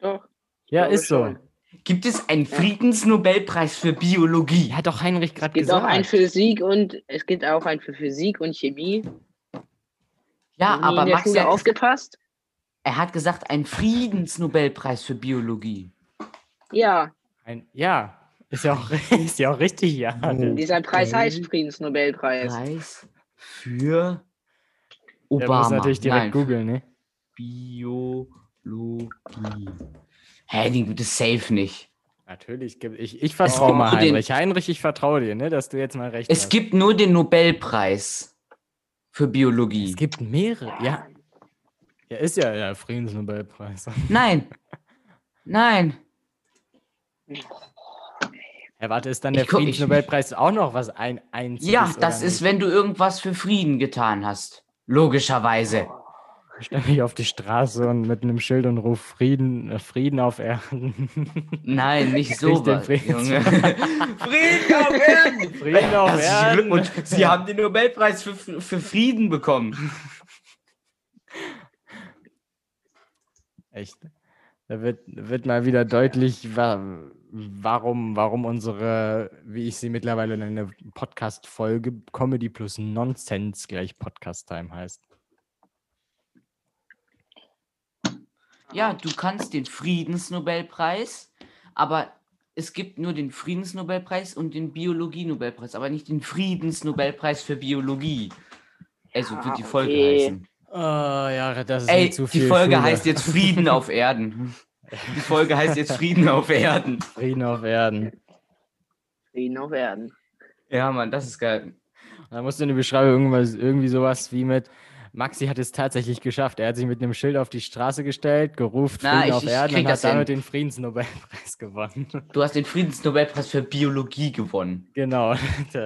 C: Doch.
A: Ja,
C: glaube
A: ist so.
C: schon.
B: Gibt es einen Friedensnobelpreis für Biologie?
A: Hat doch Heinrich
C: Es
A: gerade
C: gibt auch
A: gesagt.
C: einen für Physik und es gibt auch einen für Physik und Chemie.
B: Ja,
C: Nie
B: aber
C: in der
B: Max,
C: Schule
B: er,
C: aufgepasst?
B: er hat gesagt, einen Friedensnobelpreis für Biologie.
C: Ja,
A: Ein, ja, ist ja auch, [laughs] ist ja auch richtig, ja.
C: dieser Preis
D: Okay.
C: heißt Friedensnobelpreis.
B: Preis
D: Für
A: Der muss
B: Obama.
A: natürlich direkt
B: Nein.
A: googeln, ne?
D: Biologie.
B: Hä, den gibt es safe nicht.
A: Natürlich, gibt- ich, ich vertraue
B: gibt
A: mal
B: nur den-
A: Heinrich. Heinrich, ich vertraue dir, ne, dass du jetzt mal recht
B: Es
A: hast.
B: gibt nur den Nobelpreis für Biologie.
A: es gibt mehrere, ja. Ja, ist ja der Friedensnobelpreis. [laughs]
B: Nein. Nein.
A: Ja, warte, ist dann
B: Ich
A: der
B: guck- ich-
A: Friedensnobelpreis auch noch was ein einziges?
B: Ja,
A: oder
B: das ist,
A: nicht?
B: wenn du irgendwas für Frieden getan hast. Logischerweise.
A: Oh. Ich stelle mich auf die Straße und mit einem Schild und ruf Frieden, äh, Frieden auf Erden. [laughs]
B: Nein, nicht
A: den
B: so.
A: Friedens-
B: [laughs]
D: Frieden auf Erden!
A: Frieden auf
D: Herzlichen
A: Erden.
D: Glückwunsch. Sie haben den Nobelpreis für, für Frieden bekommen.
A: Echt. Da wird, wird mal wieder deutlich, wa warum, warum unsere, wie ich sie mittlerweile nenne, Podcast-Folge Comedy plus Nonsense gleich Podcast-Time heißt.
B: Ja, du kannst den Friedensnobelpreis, aber es gibt nur den Friedensnobelpreis und den Biologie-Nobelpreis, aber nicht den Friedensnobelpreis für Biologie. Also
C: Ah,
B: wird die Folge
C: okay.
B: heißen.
A: Oh, ja, das ist
B: Ey,
A: mir zu
B: die
A: viel.
B: Folge
A: Schule.
B: heißt jetzt Frieden auf Erden.
D: Die Folge heißt jetzt Frieden auf Erden.
A: Frieden auf Erden.
C: Frieden auf Erden.
D: Ja, Mann, das ist geil.
A: Da musst du in der Beschreibung irgendwas, irgendwie sowas wie mit. Maxi hat es tatsächlich geschafft. Er hat sich mit einem Schild auf die Straße gestellt, gerufen
B: Na,
A: Frieden
B: ich-
A: auf
B: ich
A: Erden
B: krieg
A: und hat
B: das hin.
A: damit den Friedensnobelpreis gewonnen. [laughs]
B: Du hast den Friedensnobelpreis für Biologie gewonnen.
A: genau.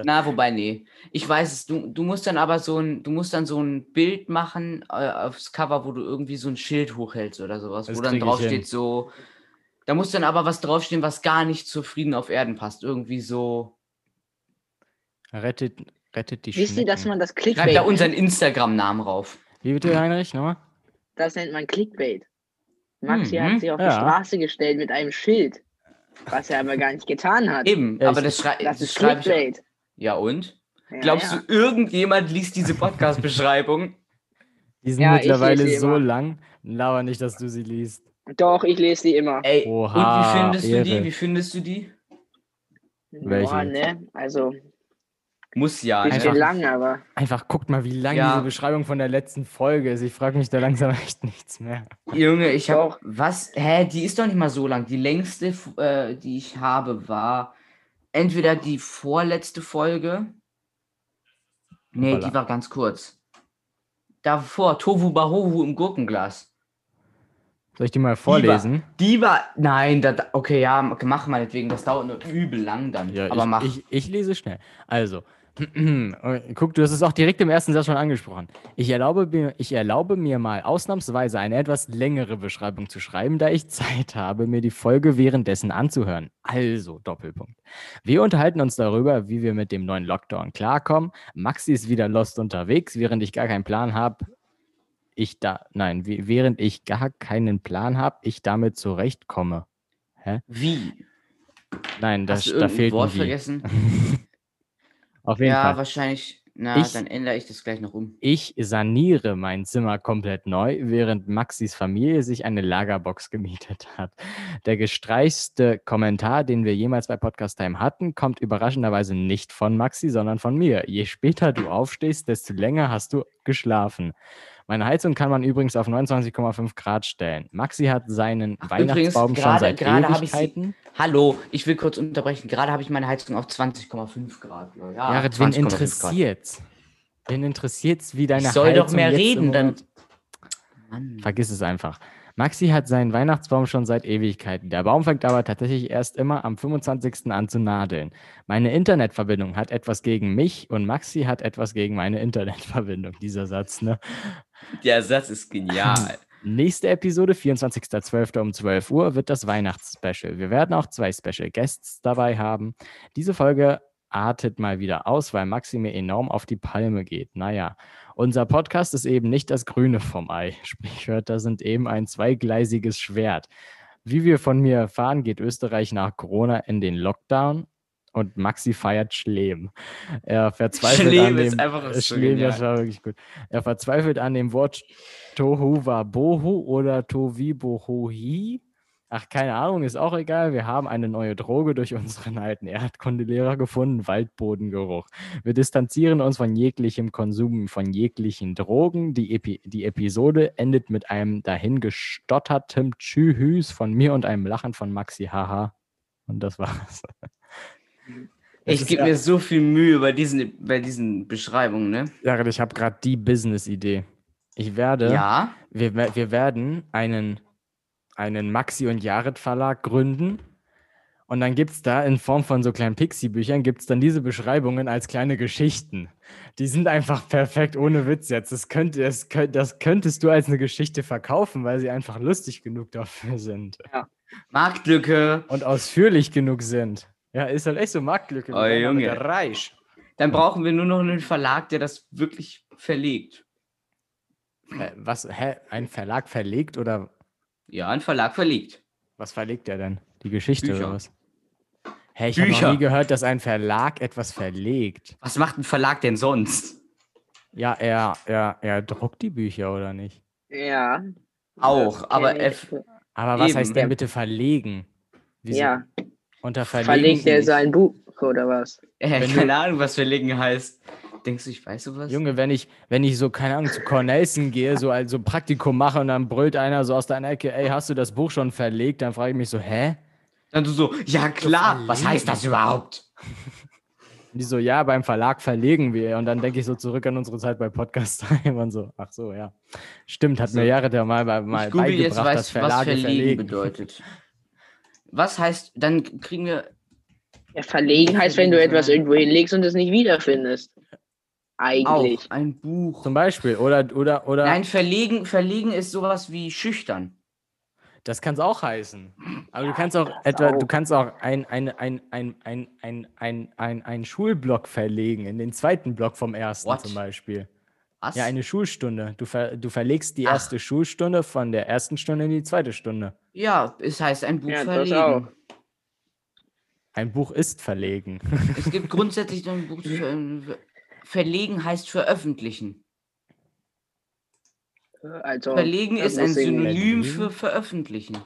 B: Na, wobei, nee. Ich weiß es, du, du musst dann aber so ein, du musst dann so ein Bild machen äh, aufs Cover, wo du irgendwie so ein Schild hochhältst oder sowas,
A: Das
B: wo dann
A: krieg ich hin.
B: draufsteht so. Da muss dann aber was draufstehen, was gar nicht zu Frieden auf Erden passt. Irgendwie so.
A: Rettet, rettet die
C: Wisst ihr, dass
A: Schnecken.
C: man das
B: Schreib
C: Clickbait
B: da unseren Instagram-Namen rauf.
A: Wie bitte, Heinrich? Nochmal?
C: Das nennt man Clickbait. Maxi
B: Mhm,
C: hat sich auf
A: ja.
C: die Straße gestellt mit einem Schild, was er aber gar nicht getan hat.
B: Eben,
A: Ja,
B: aber
A: ich-
B: das, schrei
C: Das ist
B: schreibe ich.
C: Clickbait.
B: Ja, und?
C: Ja,
B: Glaubst
C: ja.
B: du, irgendjemand liest diese Podcast-Beschreibung?
A: Die sind
C: Ja, ich
A: mittlerweile
C: lese
A: so
C: immer.
A: lang. Laber nicht, dass du sie liest.
C: Doch, ich lese die immer.
B: Ey,
A: Oha,
B: und wie findest du
A: Ehre.
B: die? Wie findest du die?
A: welche
C: Boah,
A: jetzt?
C: ne? Also,
D: Muss
B: Ah,
D: ja.
C: bisschen
A: Einfach-
D: Ne?
C: lang, aber.
A: Einfach guckt mal, wie lang
B: Ja.
A: diese Beschreibung von der letzten Folge ist. Ich frage mich da langsam [laughs] echt nichts mehr.
B: Junge, ich
C: Doch.
B: habe. Was? Hä? Die ist doch nicht mal so lang. Die längste, F- äh, die ich habe, war entweder die vorletzte Folge. Nee,
A: Hoppala.
B: die war ganz kurz. Davor, Tovu Bahohu im Gurkenglas.
A: Soll ich die mal vorlesen?
B: Die war. Nein, da, da- okay, ja, okay, mach meinetwegen. Das dauert nur übel lang dann.
A: Ja,
B: Aber
A: ich,
B: mach.
A: Ich, ich lese schnell. Also, [clears throat] guck, du hast es auch direkt im ersten Satz schon angesprochen. Ich erlaube, mir, ich erlaube mir mal ausnahmsweise eine etwas längere Beschreibung zu schreiben, da ich Zeit habe, mir die Folge währenddessen anzuhören. Also, Doppelpunkt. Wir unterhalten uns darüber, wie wir mit dem neuen Lockdown klarkommen. Maxi ist wieder lost unterwegs, während ich gar keinen Plan habe. Ich da, nein, wie- während ich gar keinen Plan habe, ich damit zurechtkomme.
B: Wie?
A: Nein, das,
B: Hast du
A: da
B: irgendein
A: fehlt
B: Wort
A: ein Wie.
B: vergessen?
A: Auf jeden
B: Ja,
A: Fall.
B: wahrscheinlich. Na,
A: Ich-
B: dann ändere ich das gleich noch um.
A: Ich saniere mein Zimmer komplett neu, während Maxis Familie sich eine Lagerbox gemietet hat. Der gestreichste Kommentar, den wir jemals bei Podcast Time hatten, kommt überraschenderweise nicht von Maxi, sondern von mir. Je später du aufstehst, desto länger hast du geschlafen. Meine Heizung kann man übrigens auf 29,5 Grad stellen. Maxi hat seinen
B: übrigens,
A: Weihnachtsbaum schon
B: gerade-
A: seit
B: gerade hab ich sie-
A: Ewigkeiten.
B: Hallo, ich will kurz unterbrechen. Gerade habe ich meine Heizung auf 20,5 Grad. Ja,
A: Ja, wen
B: 20,5 Grad.
A: interessiert's? Wen interessiert's, wie deine
B: Ich soll doch
A: Heizung
B: mehr
A: jetzt im
B: reden, dann.
A: Moment-
B: Mann.
A: Vergiss es einfach. Maxi hat seinen Weihnachtsbaum schon seit Ewigkeiten. Der Baum fängt aber tatsächlich erst immer am 25. an zu nadeln. Meine Internetverbindung hat etwas gegen mich und Maxi hat etwas gegen meine Internetverbindung. Dieser Satz, ne?
D: Der Satz ist genial.
A: Nächste Episode, 24.12. um 12 Uhr, wird das Weihnachtsspecial. Wir werden auch zwei Special Guests dabei haben. Diese Folge artet mal wieder aus, weil Maxi mir enorm auf die Palme geht. Naja, unser Podcast ist eben nicht das Grüne vom Ei. [laughs] Sprichwörter sind eben ein zweigleisiges Schwert. Wie wir von mir erfahren, geht Österreich nach Corona in den Lockdown und Maxi feiert Schlehm. Er verzweifelt an
D: Schlehm
A: dem
D: ist einfach so
A: Schlehm, das
D: genial.
A: war wirklich gut. Er verzweifelt an dem Wort Tohu Wabohu oder Tovibohohi. Ach, keine Ahnung, ist auch egal. Wir haben eine neue Droge durch unseren alten Erdkundelehrer gefunden, Waldbodengeruch. Wir distanzieren uns von jeglichem Konsum, von jeglichen Drogen. Die, Epi die Episode endet mit einem dahingestottertem Tschühüs von mir und einem Lachen von Maxi Haha. Und das war's. Es
B: Ich
A: ist
B: geb
A: ja-
D: Mir so viel Mühe bei diesen, bei diesen Beschreibungen, ne?
A: Jared, ich habe gerade die Business-Idee. Ich werde,
B: Ja.
A: wir, we- wir werden einen, einen Maxi und Jared Verlag gründen. Und dann gibt es da in Form von so kleinen Pixie-Büchern, gibt es dann diese Beschreibungen als kleine Geschichten. Die sind einfach perfekt, ohne Witz jetzt. Das, könnt, das, könnt, das könntest du als eine Geschichte verkaufen, weil sie einfach lustig genug dafür sind.
D: Marktlücke.
A: Und ausführlich genug sind. Ja, ist halt echt so Marktlücke.
D: Oh, Junge.
A: Reich.
D: Dann brauchen wir nur noch einen Verlag, der das wirklich verlegt.
A: Äh, was, hä? Ein Verlag verlegt oder
D: Ja, ein Verlag verlegt.
A: Was verlegt er denn? Die Geschichte
D: Bücher.
A: oder was? Hä, ich habe noch
D: Bücher.
A: nie gehört, dass ein Verlag etwas verlegt.
D: Was macht ein Verlag denn sonst?
A: Ja, er, er, er druckt die Bücher oder nicht?
C: Ja.
D: Auch,
C: Das
D: aber
C: kenn
D: F- [laughs]
C: ich.
A: Aber was
D: Eben,
A: heißt denn
D: ja.
A: bitte verlegen? Wieso?
C: Ja,
A: Unter verlegen.
C: verlegt er sein Buch oder was?
D: Äh,
A: Wenn du-
D: keine Ahnung, was verlegen heißt. Denkst du, ich weiß sowas?
A: Junge, wenn ich, wenn ich so, keine Ahnung, zu Cornelsen gehe, so also ein Praktikum mache und dann brüllt einer so aus deiner Ecke, ey, hast du das Buch schon verlegt? Dann frage ich mich so, hä?
D: Dann du so, ja klar, was heißt das überhaupt?
A: Und die so, ja, beim Verlag verlegen wir. Und dann denke ich so zurück an unsere Zeit bei Podcast Time [laughs] und so. Ach so, ja. Stimmt, hat
D: So.
A: mir Jared ja mal, mal, mal
D: Ich google
A: beigebracht,
D: jetzt, weiß,
A: dass
D: ich, was
A: Verlage
D: verlegen,
A: verlegen.
D: bedeutet.
B: Was heißt, dann kriegen wir.
C: Ja, verlegen heißt, wenn du
B: Verlegen,
C: etwas
B: ja.
C: irgendwo hinlegst und es nicht wiederfindest. Eigentlich.
B: Auch ein Buch.
A: Zum Beispiel. Oder, oder, oder.
B: Nein, verlegen, verlegen ist sowas wie schüchtern.
A: Das kann es auch heißen. Aber du kannst auch
C: das
A: etwa, du
C: auch.
A: kannst auch ein, ein, ein, ein, ein, ein, ein, ein, ein Schulblock verlegen, in den zweiten Block vom ersten
B: What?
A: zum Beispiel.
B: Was?
A: Ja, eine Schulstunde. Du, ver, du verlegst die
D: Ah.
B: Ach.
A: erste Schulstunde von der ersten Stunde in die zweite Stunde.
B: ja es heißt ein Buch
C: Ja, das auch.
B: verlegen.
A: Ein Buch ist verlegen.
B: Es gibt grundsätzlich nur ein Buch zu ver verlegen heißt veröffentlichen.
C: Also,
B: Verlegen
C: das
B: ist ein
C: muss ich nicht.
A: Verlegen?
B: Synonym für veröffentlichen.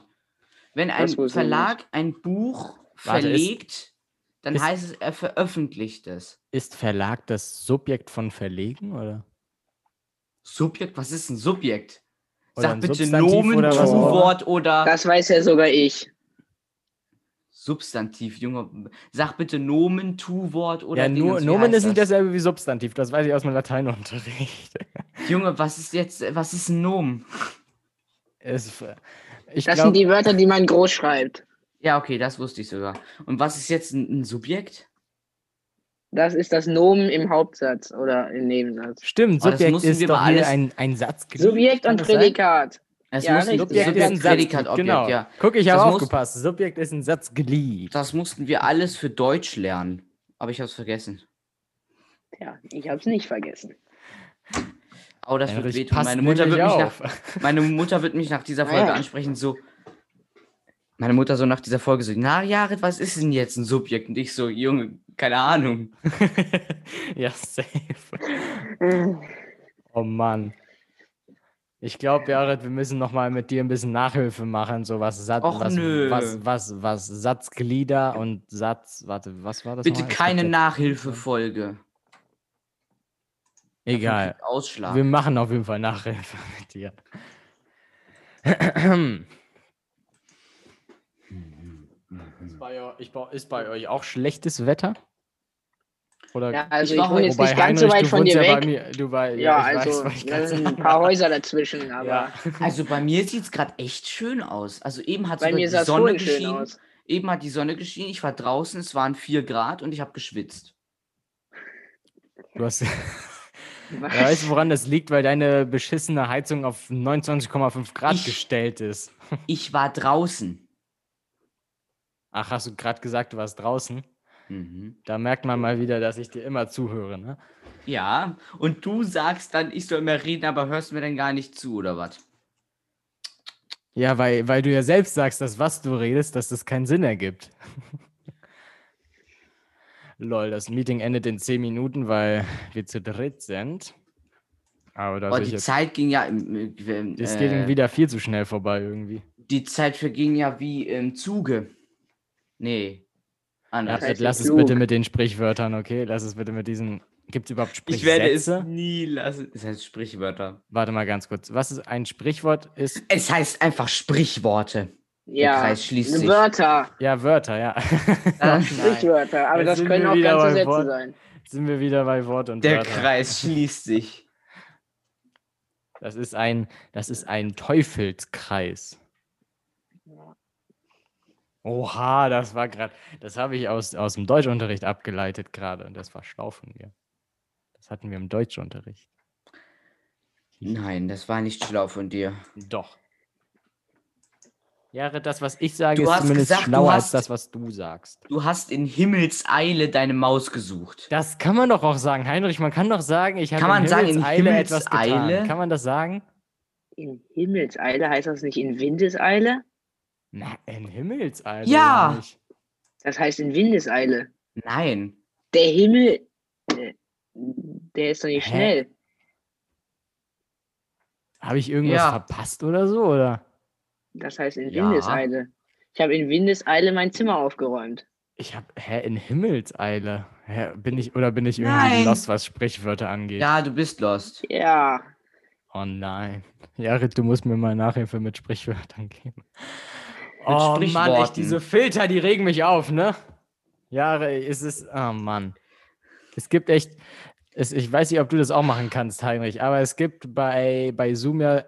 B: Wenn
C: Das
B: ein
C: wusste ich
B: Verlag ein Buch
A: Warte, ist-
B: verlegt, dann
A: ist-
B: heißt es, er veröffentlicht es.
A: Ist Verlag das Subjekt von verlegen oder?
D: Subjekt, was ist ein Subjekt?
A: Oder
D: Sag
A: ein
D: bitte
A: Substantiv
D: Nomen,
A: oder was?
D: Tu-Wort oder
C: Das weiß ja sogar ich.
D: Substantiv, Junge. Sag bitte Nomen, Tu-Wort oder
A: ja,
D: Dingens,
A: nur,
D: wie
A: Nomen
D: heißt
A: ist nicht
D: das?
A: dasselbe wie Substantiv. Das weiß ich aus meinem Lateinunterricht. [laughs]
D: Junge, was ist jetzt, was ist ein Nomen?
A: Es, ich
C: Das
A: glaube,
C: sind die Wörter, die man groß schreibt.
B: Ja, okay, das wusste ich sogar.
D: Und was ist jetzt ein, ein Subjekt?
C: Das ist das Nomen im Hauptsatz oder im Nebensatz.
A: stimmt,
D: Aber das
A: Subjekt
D: müssen
A: ist
D: wir
A: doch
D: mal
A: hier
D: alles-
A: ein, ein Satz.
C: Subjekt und Prädikat.
B: Es
C: Ja,
B: muss ein
C: richtig.
B: Subjekt,
C: Subjekt ist ein
A: Satz,
B: Prädikat, Objekt,
A: genau.
B: ja.
A: Guck, ich
B: Das
A: habe
B: muss-
A: aufgepasst. Subjekt ist ein Satzglied.
B: Das mussten wir alles für Deutsch lernen. Aber ich habe es vergessen.
C: Ja, ich hab's nicht vergessen.
B: Oh, das
A: Heinrich
B: wird wehtun.
A: passt
B: Meine Mutter wird,
A: nämlich
B: mich
A: auf.
B: nach, meine Mutter wird mich nach dieser
C: Ah,
B: Folge
C: ja.
B: ansprechen, so. Meine Mutter so nach dieser Folge so, na Jared, was ist denn jetzt ein Subjekt? Und ich so, Junge,
D: Keine Ahnung.
A: [laughs] ja, safe. Oh Mann. Ich glaube, Jared, wir müssen nochmal mit dir ein bisschen Nachhilfe machen, so was Satz,
D: Och,
A: was,
D: nö.
A: was, was, was, Satzglieder und Satz, warte, was war das?
B: Bitte
A: nochmal? Ich
B: keine
A: glaub,
B: Nachhilfefolge.
A: der- Egal.
B: Ausschlag.
A: Wir machen auf jeden Fall Nachhilfe [laughs] mit dir. Ist bei, eu- ich bau- ist bei euch auch schlechtes Wetter? Oder
C: Ja,
B: Ich
C: also ich,
B: war
C: wohne
B: heute-
C: jetzt nicht ganz so
A: Heinrich,
C: weit
A: du
C: von
A: wohnst
C: dir
A: ja
C: weg.
A: Bei mir, du war,
C: ja,
A: ich
C: also
A: weiß,
C: da
A: weiß,
C: sind
A: [laughs]
C: ein paar Häuser dazwischen, aber
A: Ja.
B: Also bei mir sieht es gerade echt schön aus. Also eben hat
C: bei mir sah
B: die
C: es
B: Sonne
C: vorhin schön
B: geschienen.
C: aus.
B: Eben hat die Sonne geschienen. Ich war draußen, es waren 4 Grad und ich habe geschwitzt.
A: Du hast, Ja, weißt du, woran das liegt? Weil deine beschissene Heizung auf 29,5 Grad
B: Ich-
A: gestellt ist.
B: Ich war draußen.
A: Ach, hast du gerade gesagt, du warst draußen?
B: Mhm.
A: Da merkt man mal wieder, dass ich dir immer zuhöre, ne?
B: Ja, und du sagst dann, ich soll immer reden, aber hörst mir dann gar nicht zu, oder was?
A: Ja, weil, weil du ja selbst sagst, dass was du redest, dass das keinen Sinn ergibt. [laughs] Lol, das Meeting endet in 10 Minuten, weil wir zu dritt sind. Aber da
B: Aber
A: soll ich
B: Oh, die
A: jetzt,
B: Zeit ging ja. im- im-
A: das
B: äh,
A: geht ihm wieder viel zu schnell vorbei irgendwie.
B: Die Zeit verging ja wie im Zuge. Nee.
A: Ja, also
B: Anders.
C: heißt
A: lass es
C: klug.
A: bitte mit den Sprichwörtern, okay? Lass es bitte mit diesen. Gibt es überhaupt Sprichwörter?
D: Ich werde es nie lassen.
B: Das heißt Sprichwörter.
A: Warte mal ganz kurz. Was ist ein Sprichwort? Ist
B: Es heißt einfach Sprichworte. Der
C: [laughs] Ja,
B: Kreis schließt sich.
C: Wörter,
A: ja Wörter, ja. [laughs]
B: Ah,
C: [laughs]
A: Nein.
C: Sprichwörter, aber
A: Jetzt
C: das
A: sind
C: können
A: wir
C: auch
A: wieder beim
C: ganze Sätze
A: Wort.
C: sein.
A: Sind wir wieder bei Wort und
D: Der
A: Wörter.
D: Kreis schließt sich.
A: Das ist ein, das ist ein Teufelskreis. Oha, das war gerade, das habe ich aus, aus dem Deutschunterricht abgeleitet gerade und das war schlau von mir. Das hatten wir im Deutschunterricht.
B: Nein, das war nicht schlau von dir.
A: Doch. Jared, das, was ich sage,
B: Du
A: ist
B: hast
A: zumindest
B: gesagt, du
A: schlauer als
B: hast-
A: das, was du sagst.
B: Du hast in Himmelseile deine Maus gesucht.
A: Das kann man doch auch sagen, Heinrich. Man kann doch sagen, ich habe
B: Kann man
A: in
B: sagen, in
A: Himmelseile etwas getan.
B: Himmelseile?
A: Kann man das sagen?
C: In Himmelseile heißt das nicht in Windeseile?
A: Na, in Himmelseile.
B: Ja.
A: meine ich.
C: Das heißt in Windeseile.
B: Nein.
C: Der Himmel, äh, der ist doch nicht
A: Hä?
C: schnell.
A: Habe ich irgendwas
B: Ja.
A: verpasst oder so? Oder?
C: Das heißt in
B: Ja.
C: Windeseile. Ich habe in Windeseile mein Zimmer aufgeräumt.
A: Ich habe, hä, in Himmelseile. Hä, bin ich, oder bin ich irgendwie
B: Nein.
A: lost, was Sprichwörter angeht?
B: Ja, du bist lost.
C: Ja,
A: Oh nein. Jared, du musst mir mal Nachhilfe mit Sprichwörtern geben. oh Mann, echt,
B: Sprichworten.
A: diese Filter, die regen mich auf, ne? Jahre ist es. Oh Mann. Es gibt echt. Es, ich weiß nicht, ob du das auch machen kannst, Heinrich, aber es gibt bei, bei Zoom ja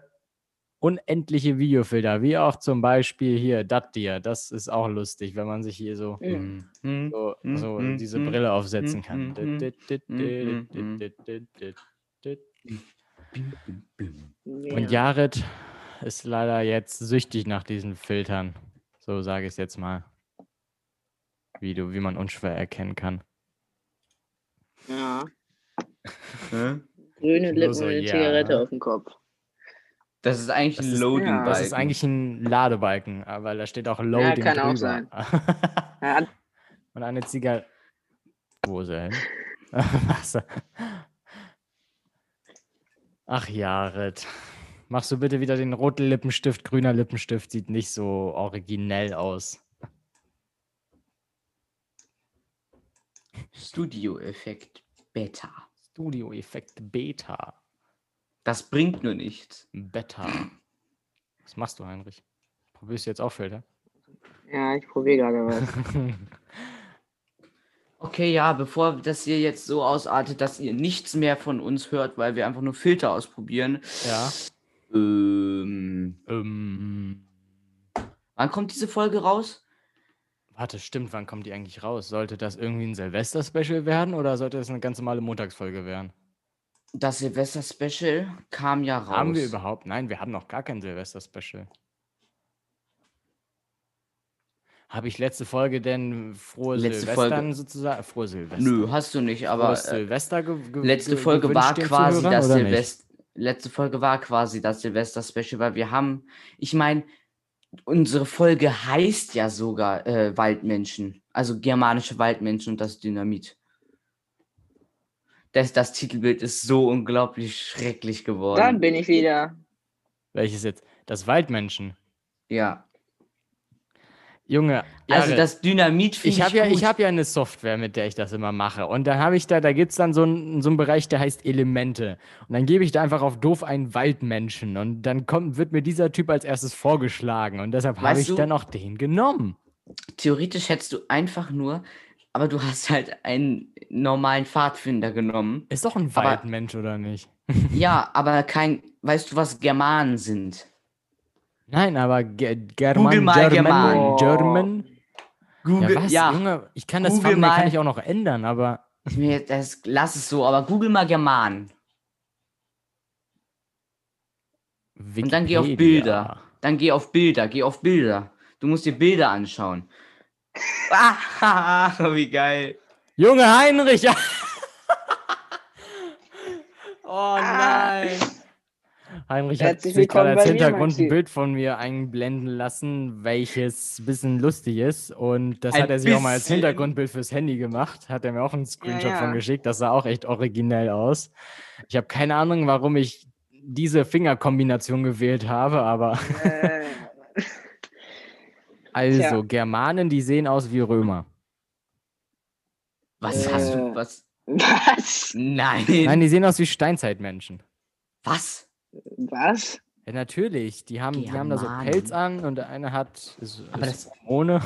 A: unendliche Videofilter, wie auch zum Beispiel hier, dat dir. Das ist auch lustig, wenn man sich hier so,
C: mm,
B: Hm.
A: so,
B: Mhm,
A: so
B: mhm,
A: diese
B: mhm,
A: Brille aufsetzen
B: mhm,
A: kann.
B: mhm,
A: Dit, dit, dit,
B: mhm,
A: dit,
B: mhm.
A: dit, dit, dit, dit. Und Mhm.
C: ja.
A: Jared ist leider jetzt süchtig nach diesen Filtern. So sage ich es jetzt mal. Wie, du, wie man unschwer erkennen kann.
C: ja.
D: Hä?
A: Nur
C: Grüne Lippen
A: so,
C: und eine
A: ja.
C: Zigarette auf dem Kopf.
B: Das ist eigentlich
A: Das
B: ein
A: ist-
B: Loading.
C: ja.
A: Das ist eigentlich ein Ladebalken, ah, weil da steht auch Loading
C: kann auch
A: drüber.
C: sein.
A: sein.
C: Ja, hat-
A: [laughs] Und eine Zigarette. Wo ist er hin? [laughs] Wasser. Ach, Jared. Machst du bitte wieder den roten Lippenstift, grüner Lippenstift sieht nicht so originell aus.
B: Studio-Effekt Beta.
A: Studio-Effekt Beta.
B: Das bringt nur nichts.
A: Beta. Was machst du, Heinrich? Probierst du jetzt auch
B: [laughs]
A: Filter?
C: ja ich probiere gerade was.
B: Okay, ja, bevor das hier jetzt so ausartet, dass ihr nichts mehr von uns hört, weil wir einfach nur Filter ausprobieren.
A: ja.
B: Ähm,
A: Ähm,
B: wann kommt diese Folge raus?
A: warte, stimmt, wann kommt die eigentlich raus? Sollte das irgendwie ein Silvester-Special werden oder sollte das eine ganz normale Montagsfolge werden?
B: Das Silvester-Special kam ja raus.
A: Haben wir überhaupt? Nein, wir haben noch gar kein Silvester-Special. Habe ich letzte Folge denn frohe
B: Letzte
A: Silvestern
B: Folge.
A: sozusagen? Frohe Silvester.
B: Nö, hast du nicht, aber
A: Frohes
B: äh,
A: Silvester ge ge
B: letzte
A: ge-
B: Folge
A: gewünscht
B: war
A: den
B: quasi
A: Zuhörern,
B: das
A: oder nicht?
B: Silvester. Letzte Folge war quasi das Silvester-Special, weil wir haben, ich meine, unsere Folge heißt ja sogar äh, Waldmenschen. Also germanische Waldmenschen und das Dynamit. Das, das Titelbild ist so unglaublich schrecklich geworden.
A: [laughs]
C: Dann bin ich wieder.
A: Welches jetzt? Das Waldmenschen.
B: ja.
A: Junge,
B: Also
A: Jared,
B: das Dynamit finde
A: ich habe ja, ich
B: gut.
A: hab ja eine Software, mit der ich das immer mache. Und dann habe ich da, da gibt's dann so einen, so einen Bereich, der heißt Elemente. Und dann gebe ich da einfach auf doof einen Waldmenschen. Und dann kommt, wird mir dieser Typ als erstes vorgeschlagen. Und deshalb habe
B: Weißt
A: ich
B: du-
A: dann auch den genommen.
B: theoretisch hättest du einfach nur, aber du hast halt einen normalen
A: [laughs]
B: Pfadfinder genommen.
A: Ist doch ein
B: Aber-
A: Waldmensch, oder nicht?
B: ja, aber kein, weißt du, was Germanen sind?
A: Nein, aber Ge German,
B: Google mal
A: German,
B: German. Oh.
A: German.
B: Google,
A: ja, was,
B: ja,
A: Junge? Ich kann das
B: Google
A: Thumbnail kann
B: mal.
A: ich auch noch ändern, aber
B: ist mir jetzt- das, lass es so, aber google mal Germanen. Und dann geh auf Bilder. Dann geh auf Bilder, geh auf Bilder. Du musst dir Bilder anschauen. [laughs]
D: Ah, wie geil.
A: Junge Heinrich! [laughs] oh nein! Heinrich hat
C: Herzlich
A: sich gerade
C: willkommen
A: als
C: bei mir,
A: Hintergrund ein
C: Maxi.
A: Bild von mir einblenden lassen, welches ein bisschen lustig ist. Und das
D: Ein
A: hat er sich auch mal als
D: bisschen.
A: Hintergrundbild fürs Handy gemacht. Hat er mir auch einen Screenshot
C: ja.
A: von geschickt. Das sah auch echt originell aus. Ich habe keine Ahnung, warum ich diese Fingerkombination gewählt habe, aber [laughs]
C: Äh, [laughs]
A: also
C: Tja.
A: Germanen, die sehen aus wie Römer.
B: Was
C: Äh.
B: hast du? Was?
C: was?
B: Nein.
A: Nein, die sehen aus wie Steinzeitmenschen.
B: Was? [laughs]
C: Was?
A: Ja, natürlich. Die haben, die haben da so
B: Germanen.
A: Pelz an und der eine hat ist,
B: Aber
A: ist ohne.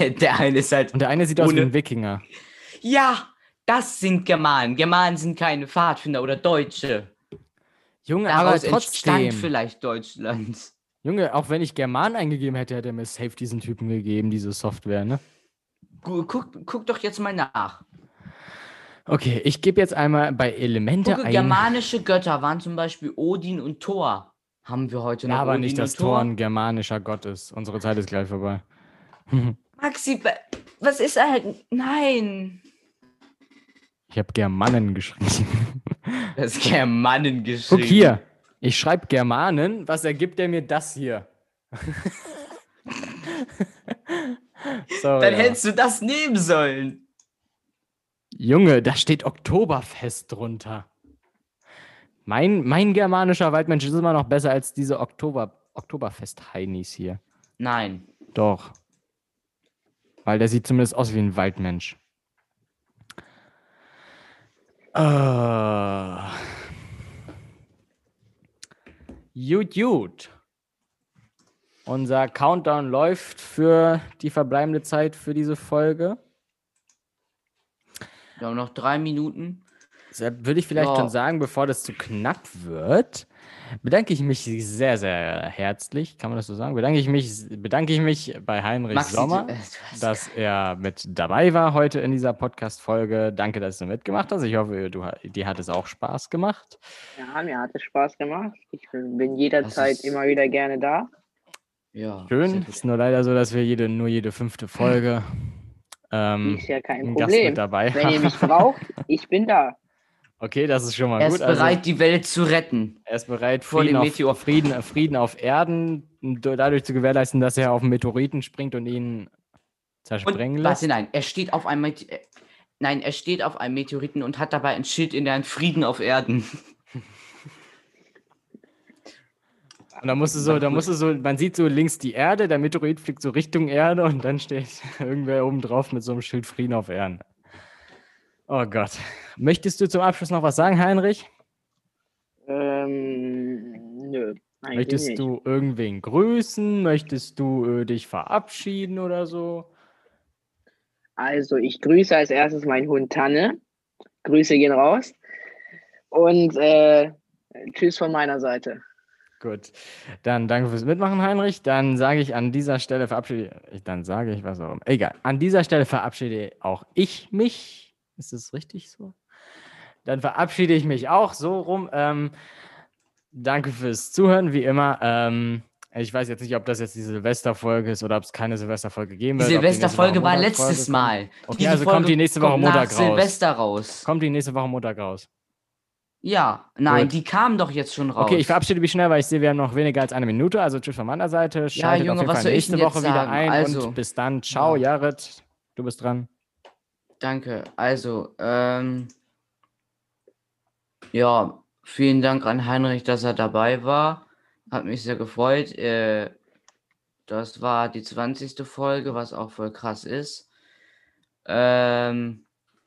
B: Der eine ist halt.
A: Und der eine sieht aus wie
D: Ohne.
A: ein Wikinger.
B: Ja, das sind Germanen. Germanen sind keine Pfadfinder oder Deutsche.
A: Junge, aber
B: Daraus entstand
A: trotzdem.
B: vielleicht Deutschland.
A: Junge, auch wenn ich German eingegeben hätte, hätte er mir safe diesen Typen gegeben, diese Software, ne?
B: Gu- Guck, guck doch jetzt mal nach.
A: Okay, ich gebe jetzt einmal bei Elemente
B: Gucke,
A: ein.
B: germanische Götter waren zum Beispiel Odin und Thor. Haben wir heute noch
A: ja, aber
B: Odin
A: nicht,
B: und
A: dass Thor ein germanischer Gott ist. Unsere Zeit ist gleich vorbei.
B: Maxi, wa- was ist halt? Nein.
A: Ich habe Germanen geschrieben.
B: Das ist Germanen geschrieben.
A: Guck hier. Ich schreibe Germanen. Was ergibt er mir das hier? [laughs]
B: Oh
A: Sorry,
D: Dann
A: aber-
D: hättest du das nehmen sollen.
A: Junge, da steht Oktoberfest drunter. Mein, mein germanischer Waldmensch ist immer noch besser als diese Oktober, Oktoberfest-Heinis hier.
B: Nein.
A: Doch. Weil der sieht zumindest aus wie ein Waldmensch. Äh. Gut, gut. Unser Countdown läuft für die verbleibende Zeit für diese Folge.
B: Wir haben noch drei Minuten.
A: Deshalb würde ich vielleicht
B: Ja.
A: schon sagen, bevor das zu knapp wird, bedanke ich mich sehr, sehr herzlich, kann man das so sagen? Bedanke ich mich, bedanke ich mich bei Heinrich Sommer,
B: du, äh, du hast
A: dass er mit dabei war heute in dieser Podcast-Folge. Danke, dass du mitgemacht hast. Ich hoffe, du, ha- dir hat es auch Spaß gemacht.
C: Ja, mir hat es Spaß gemacht. Ich bin jederzeit
B: ist-
C: immer wieder gerne da.
B: ja, sehr
A: Schön.
B: gut.
A: Ist nur leider so, dass wir jede, nur jede fünfte Folge ähm,
C: Ist ja kein
A: einen Gast Hm, mit
C: Problem.
A: dabei
C: Wenn ihr mich
A: [laughs] haben.
C: braucht, ich bin da.
A: Okay, das ist schon mal
B: Er
A: gut.
B: ist
A: Also-
B: bereit, die Welt zu retten.
A: Er ist bereit,
B: Vor dem
A: Frieden
B: Meteor.
A: auf, Frieden, Frieden auf Erden d- dadurch zu gewährleisten, dass er auf einen Meteoriten springt und ihn zersprengen
B: Und,
A: lässt.
B: warte, nein, er steht auf einem Mete- äh, Nein, er steht auf einem Meteoriten und hat dabei ein Schild in der Hand Frieden
A: [laughs]
B: auf Erden.
A: Und dann musst du so, dann musst du so, man sieht so links die Erde, der Meteorit fliegt so Richtung Erde und dann steht [laughs] irgendwer oben drauf mit so einem Schild Frieden auf Erden. Oh Gott. Möchtest du zum Abschluss noch was sagen, Heinrich?
C: Ähm, nö. eigentlich
A: Möchtest
C: nicht.
A: du irgendwen grüßen? Möchtest du äh, dich verabschieden oder so?
C: Also, ich grüße als erstes meinen Hund Tanne. Grüße gehen raus. Und äh, tschüss von meiner Seite.
A: Gut, dann danke fürs Mitmachen, Heinrich. Dann sage ich an dieser Stelle verabschiede ich, dann sage ich was auch immer. Egal, an dieser Stelle verabschiede auch ich mich. Ist das richtig so? Dann verabschiede ich mich auch so rum. Ähm, danke fürs Zuhören, wie immer. Ähm, ich weiß jetzt nicht, ob das jetzt die Silvesterfolge ist oder ob es keine Silvesterfolge geben
B: Die
A: wird. ob nächste Woche
B: Silvesterfolge war
A: Montagsfolge
B: letztes
A: kommt.
B: Mal.
A: Okay,
B: Diese
A: also kommt
B: Folge
A: die nächste Woche
B: kommt
A: Montag
B: nach
A: raus.
B: Silvester raus.
A: Kommt die nächste Woche Montag raus.
B: Ja, nein,
A: Gut.
B: die kamen doch jetzt schon raus.
A: Okay, ich verabschiede mich schnell, weil ich sehe, wir haben noch weniger als eine Minute. Also tschüss von meiner Seite. Schaltet auf
B: Junge,
A: jeden
B: was
A: Fall
B: soll ich
A: nächste
B: denn jetzt
A: Woche wieder
B: sagen?
A: ein
B: Also-
A: und bis dann. Ciao, Jared. Du bist dran.
B: Danke. Also, ähm, ja, vielen Dank an Heinrich, dass er dabei war. Hat mich sehr gefreut. Äh, das war die 20. Folge, was auch voll krass ist. Ähm,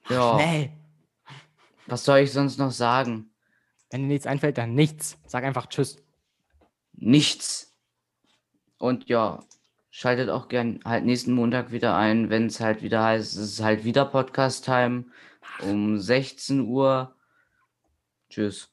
B: ja,
D: Schnell.
B: was soll ich sonst noch sagen?
A: Wenn dir nichts einfällt, dann nichts. Sag einfach Tschüss.
B: Nichts. Und ja, schaltet auch gern halt nächsten Montag wieder ein, wenn es halt wieder heißt, es ist halt wieder Podcast-Time um 16 Uhr. Tschüss.